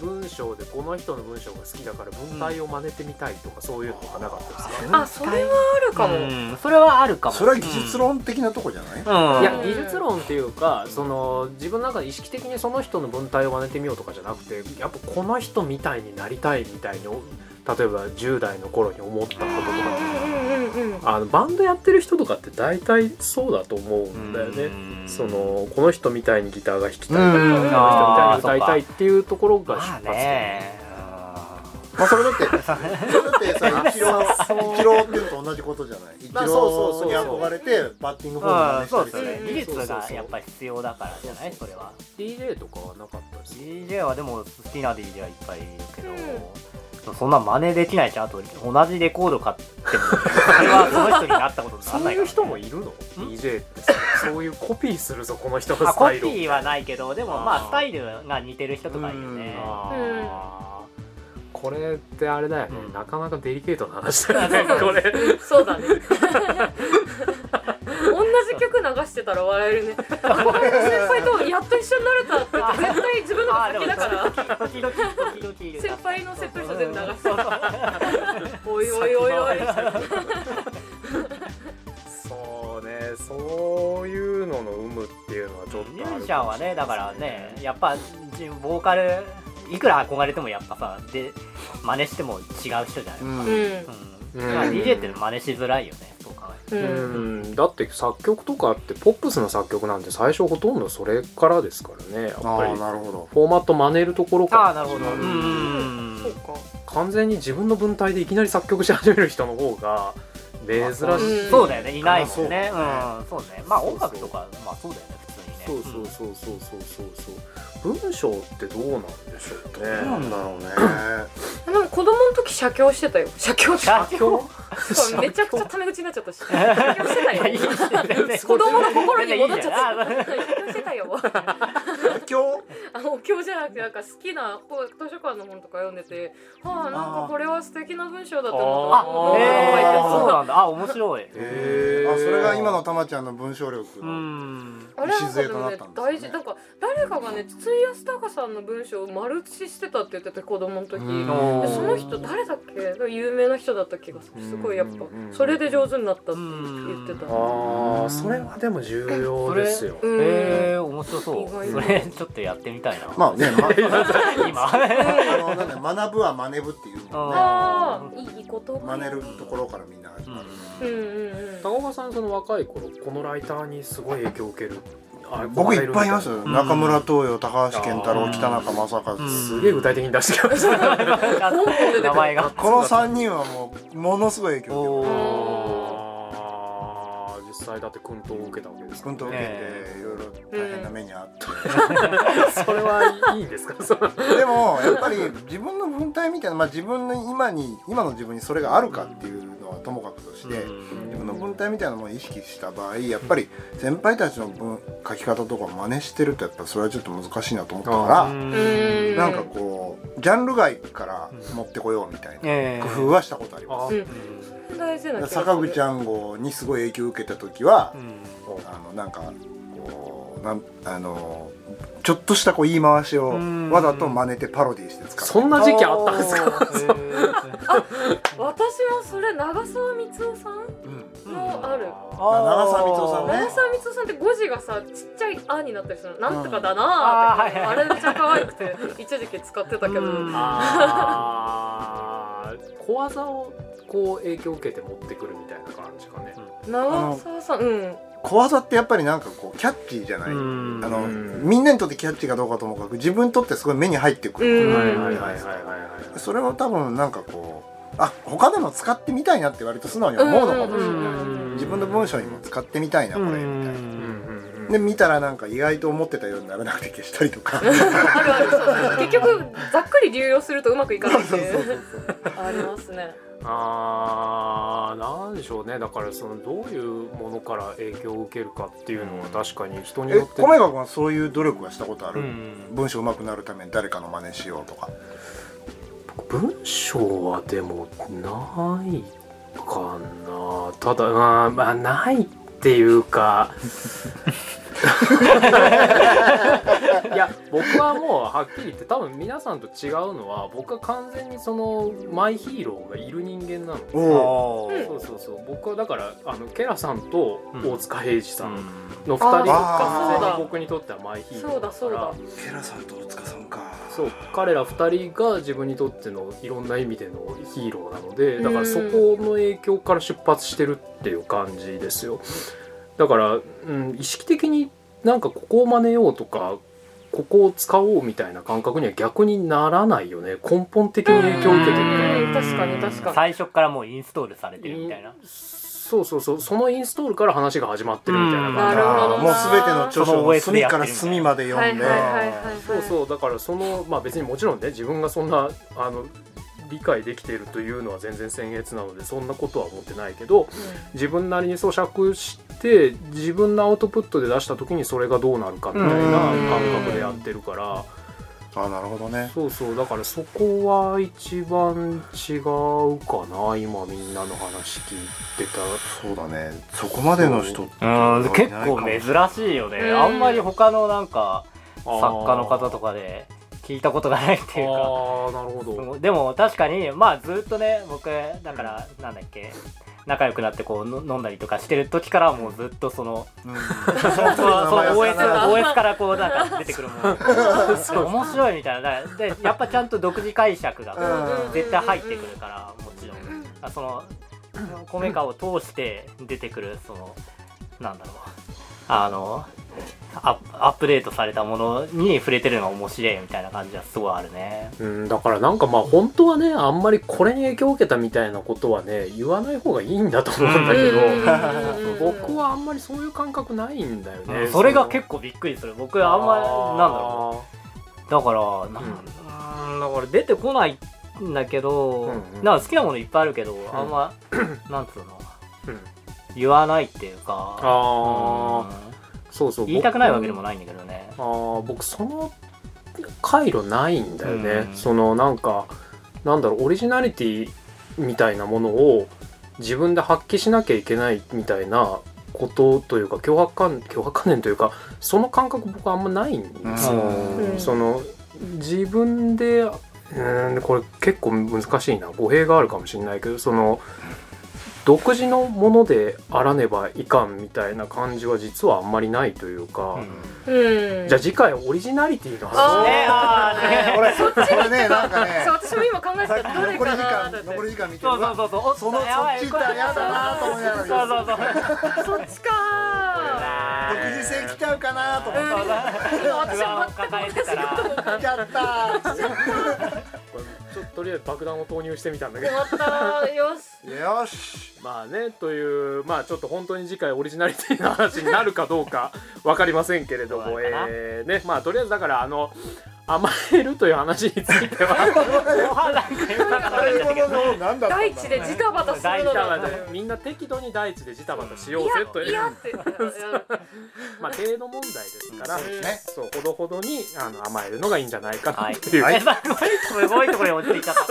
S5: 文章でこの人の文章が好きだから文体を真似てみたいとかそういうのがなかったですか、
S4: あそれはあるかも、
S2: うんそれはあるかも
S3: それは技術論的なとこじゃない、
S2: うん、うん
S5: いや技術論っていうかその自分の中で意識的にその人の文体を真似てみようとかじゃなくてやっぱこの人みたいになりたいみたいに例えば10代の頃に思ったこととか
S4: うんうんうんうん
S5: あのバンドやってる人とかって大体そうだと思うんだよね。
S2: うん
S5: そのこの人みたいにギターが弾きたい、
S3: うん
S5: この人みたいに歌いたいっていうところが出
S2: まあ
S5: 発点
S2: ね
S3: まあそれ だってそれだってさイチローイチローっていうのと同じことじゃないイチ
S5: まあそう
S3: ロ
S5: そ
S3: ー
S5: う
S3: に
S5: そうそう
S3: 憧れてバッティングフォーム真
S2: うん
S3: 似
S2: そう
S3: し
S2: で
S3: た
S2: す
S3: りとか
S2: ね
S3: ね
S2: 技術
S5: そうそう
S2: が
S5: そう
S2: やっぱり必要だからじゃないそれは
S5: DJ とかはなかったですね
S2: DJ はでも好きな DJ はいっぱいいるけど、
S4: うん
S2: そそんな真似できないじゃんあと同じレコード買ってもそれはその人になったことにな
S5: そ
S2: らな
S5: う
S2: い
S5: い
S2: か
S5: う
S2: ら
S5: 人もいるの DJ ってさそういうコピーするぞこの人の
S2: あ
S5: ス
S2: コ
S5: タ
S2: ピ
S5: イルを
S2: ーはないけどでもまあスタイルが似てる人とかいるよね
S5: あーこれってあれだよね、なかなかデリケートな話だよ
S2: あそう
S5: ね
S2: そ
S5: こ
S2: う
S5: れ
S4: そうだね同じ曲流してたら笑えるねあの先輩とやっと一緒になれたって絶対自分の
S2: あ
S4: 方
S2: ー
S4: が
S2: で
S4: 先だから
S2: も時々時々いる
S4: 先輩のセットリスト全部流して
S2: そうそうそう
S4: おいおいおいおい
S5: そうねそういうのの有無っていうのはちょっとあるかもし
S2: ミ
S5: れ
S2: ュ
S5: ない
S2: ージシャンはねだからねやっぱじボーカルいくら憧れてもやっぱさで真似しても違う人じゃない、
S3: う
S2: うん
S3: ん
S2: だから DJ って真似しづらいよねそう考える
S4: う
S5: うん
S4: うん
S5: んだって作曲とかってポップスの作曲なんて最初ほとんどそれからですからねやっ
S3: あ
S5: ぱ
S3: あ
S5: り
S3: なるほど
S5: フォーマット真似るところ
S2: とああ
S5: か
S2: なるほどう
S5: うん
S2: ん
S4: そうか
S5: ら完全に自分の文体でいきなり作曲し始める人の方が珍しい、
S2: まあ
S4: うん
S2: そうだよねいないもんね
S3: あ
S2: うんそうねまあ音楽とかまあそうだよね普通
S5: そ
S2: に
S5: う
S2: ね
S5: そうそうそうそうそうそう文章ってどうなんでしょうね
S3: なんだろうね
S4: でも子供の時写経してたよ写経って
S2: 写経
S4: そうめちゃくちゃタメ口になっちゃったし写経してたよ子
S2: 子
S4: 供の心に戻っちゃっ
S2: いいじゃん
S4: た写経してたよ
S3: 今
S4: あの今日じゃなくてなんか好きな本図書館の本とか読んでてはあなんかこれは素敵な文章だと思
S2: あ
S4: っ
S2: へ
S4: た
S2: え
S3: あ
S2: そう
S4: あ
S2: なんだあ面白い
S3: 日あそれが今のたまちゃんの文章力
S2: う
S3: の
S2: ん
S4: あれなんか
S3: 礎
S4: でもね
S3: となったんで
S4: 大
S3: すね
S4: 事なんか誰かがね筒井康隆さんの文章をマルチしてたって言ってて子供の時
S3: うん
S4: でその人誰だっけ有名な人だった気がするすごいやっぱ
S5: うん
S4: それで上手になったって言ってた
S5: ああそれはでも重要ですよ
S4: うん
S2: へえ面白そ
S4: 意外
S2: うそ
S4: と
S2: れちょっとやってみたいな
S3: まあね、ま、
S2: 今
S3: あのなんだ学ぶは真似ぶっていうのね
S4: ああいい言葉
S3: 真似るところからみんな始まる、
S4: うんうんうん
S5: 高岡さんその若い頃このライターにすごい影響を受けるあ
S3: 僕いっぱいいます
S5: 憧れるみ
S3: よ、
S2: うん
S3: 中村東洋高橋健太
S2: う
S3: 郎
S2: ん
S3: 北中正和、
S5: たいな
S2: うん
S5: すげえ具体的に出 してきましたね
S2: 名前が
S3: この3人はもうものすごい影響を
S2: お
S3: 受
S4: お
S5: あー実際だって訓導を受けたわけです
S3: けて
S5: か
S3: る
S5: ら
S3: うんと受けていろいろ大変な目にあって、
S5: それはいいんですかその
S3: でもやっぱり自分の文体みたいな、まあ、自分の今に今の自分にそれがあるかっていうのはともかくとして、自分の文体みたいなものを意識した場合やっぱり先輩たちの文書き方とかを真似してるとやっぱそれはちょっと難しいなと思ったか
S4: う
S3: ら
S4: ん
S3: なんかこうジャンル外から持ってこようみたいな
S2: ええ
S3: 工夫はしたことあります。
S5: あ
S4: うん大事な気がする
S3: 坂口安吾にすごい影響を受けた時は
S2: う、ん
S3: あのなんかこうなんあのちょっとしたこう言い回しを
S2: うん
S3: わざと真似てパロディして使う
S5: そんな時期あったんですか
S4: 私もそれ長澤光雄さん
S3: うん
S4: もある
S3: 長澤光雄さんね
S4: 長澤光雄さんって語字がさちっちゃい「あ」になったりするのなんとかだ
S2: あー
S4: なー
S2: は
S4: っ
S2: い
S4: て、
S2: はい
S4: あれめっちゃ可愛くて一時期使ってたけど、
S2: うん
S5: あー小技をこう影響を受けて持ってくるみたいな感じかね。
S4: 長澤さんうん
S3: 小技ってやっぱりなんかこうキャッチーじゃない、
S2: うん
S3: あの
S5: うん
S3: みんなにとってキャッチーかどうかともかく自分にとってすごい目に入ってくる、
S4: うん
S5: い
S3: それは多分なんかこうあ他でも使ってみたいなって割と素直に思うのかもしれない、
S4: うん
S3: 自分の文章にも使ってみたいなこれみたいな。
S5: うんうんうん
S3: で見たらなんか意外と思ってたようにならなくて消したりとか
S4: あるあるそう結局ざっくり流用するとうまくいかないっていうありますね
S5: あーなんでしょうねだからそのどういうものから影響を受けるかっていうのは確かに人に
S3: え
S5: よって
S3: 米川君はそういう努力はしたことある、
S5: うん
S3: 文章上手くなるために誰かの真似しようとか
S5: 文章はでもないかなただまあまあないっていう かいや僕はもうはっきり言って多分皆さんと違うのは僕は完全にそのマイヒーローがいる人間なの
S3: お
S2: お
S5: そうそうそう僕はだからあのケラさんと大塚平次さんの2人
S4: あー
S5: が
S3: そう
S5: 完
S4: だ
S5: 全に僕にとってはマイヒーロ
S4: そ
S5: ーだ
S4: うだ
S5: か
S4: そうだ
S5: ら
S3: ケラさんと大塚さんか
S5: そう彼ら2人が自分にとってのいろんな意味でのヒーローなのでだか
S4: う
S5: ら
S4: ん
S5: そこの影響から出発してるっていう感じですよだから、うん、意識的になんかここを真似ようとかここを使おうみたいな感覚には逆にならないよね根本的に影響を受けてるから。
S4: うん確かに確かに
S2: 最初からもうインストールされてるみたいな
S5: そうそうそうそのインストールから話が始まってるみたいな
S2: うん
S5: 感
S4: なるほどな
S3: もう全ての著書を隅から隅まで
S4: は
S3: 読
S4: い
S3: ん
S4: はい
S3: で、
S4: はいはい
S5: じ、そうそうだからそのまあ別にもちろんね自分がそんなあの理解できているというのは全然僭越なのでそんなことは思ってないけど自分なりに咀嚼して自分のアウトプットで出した時にそれがどうなるかみたいな感覚でやってるから
S3: あなるほどね
S5: そうそうだからそこは一番違うかな今みんなの話聞いてた
S3: そうだねそこまでの人って
S2: うん結構珍しいよね
S4: うん
S2: あんまり他のなんか
S5: 作
S2: 作家の方とかで聞いたことがないっていうか
S5: ああなるほど
S2: そうでも確かにまあずっとね僕だからなんだっけ仲良くなってこうの飲んだりとかしてる時からもうずっとその
S3: うん
S2: その OS,
S4: な
S2: OS からこうなんか出てくるもの面白いみたいなだからでやっぱちゃんと独自解釈がこう
S3: うん
S2: 絶対入ってくるからもちろんあその米川を通して出てくるそのなんだろうあのアアップデートされたものに触れてるのが面白いみたいな感じはすごいあるね
S5: うん、だからなんかまあ本当はねあんまりこれに影響を受けたみたいなことはね言わない方がいいんだと思うんだけど、僕はあんまりそういう感覚ないんだよね、
S2: それが結構びっくりする僕あんまりなんだろうだからなん、
S5: うん
S2: うーんだから出てこないんだけど、
S5: うんうん
S2: なんか好きなものいっぱいあるけど、あんまなんつうの
S5: う、うん、
S2: 言わないっていうか
S5: ああ
S2: うん
S5: そうそう
S2: 言いたくないわけでも
S5: ない
S2: ないんだけどね
S5: あー僕その回路ないんだよね、
S2: うん
S5: そのなんかなんだろうオリジナリティみたいなものを自分で発揮しなきゃいけないみたいなことというか脅迫観脅迫観念というかその感覚僕あんまないんですよ、
S4: うん
S5: その自分でうーんこれ結構難しいな語弊があるかもしれないけどその独自のものであらねばいかんみたいな感じは実はあんまりないというか、
S4: うん
S5: じゃあ次回オリジナリティの
S4: あ
S5: 話
S4: ー
S2: ねあーね
S3: 俺
S4: そっちに行
S3: 俺ねなんかね
S4: そう私も今考えて
S3: さ
S4: た
S3: っき
S4: ど
S3: 残
S4: れ
S3: り
S4: か
S3: 時間
S4: なだって
S3: 残り時間見て
S2: そう
S3: る
S2: そうそうそうおっと
S3: そのそっ
S2: やばい
S3: ち行ったら嫌だなと思いながら
S2: そうそうそう
S4: そっちか
S3: 独自性来ちゃうかなと思っ
S4: うん今私
S2: 不安
S4: は
S2: を抱えてたら
S3: て来ちゃった
S5: これちょっととりあえず爆弾を投入してみたんだけ
S4: 全
S5: ど
S4: く終わったよし
S3: よし
S5: まあねというまあちょっと本当に次回オリジナリティの話になるかどうか 分かりませんけれど
S2: ど
S5: も
S2: うなるかな
S5: えーねまあとりあえずだからあの甘えるという話について は
S2: 後半なんかよくわかん
S3: あ
S2: ないん
S3: れ
S2: だけ
S3: ほ
S2: ど
S3: どの何だったんだろう
S4: 大地でジタバタするのだという
S5: みんな適度に大地でジタバタし
S4: い
S5: ようぜと
S4: や
S5: い
S4: いうやっていや
S5: まあ程度問題ですから、
S3: そうですね
S5: そうほどほどにあの甘えるのがいいんじゃないか
S2: は
S5: ないって いう、は
S3: はいい
S2: えすごいすごいところに落ちていっちゃっ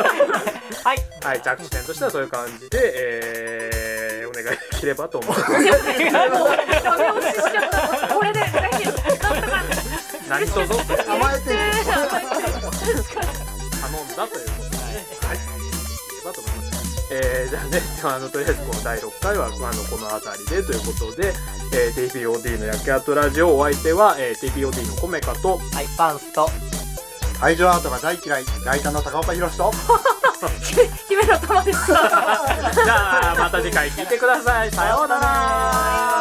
S2: たはい
S5: 着地点としてはそういう感じで、えーお願いできればと思います
S4: ダメ押ししちゃったこれでぜひなんとか
S5: 何卒頼んだということで
S3: 甘えてる
S5: ね、はい、できればと思いますえーじゃあね、あのとりあえずこの第6回はあのこの辺りでということで、えー TPOD の焼き跡ラジオお相手は、えー TPOD のコメカと
S2: はいパンスと
S3: 愛情アートが大嫌いライターの高岡宏と
S4: 姫の玉でした
S5: じゃあまた次回聞いてくださいさようなら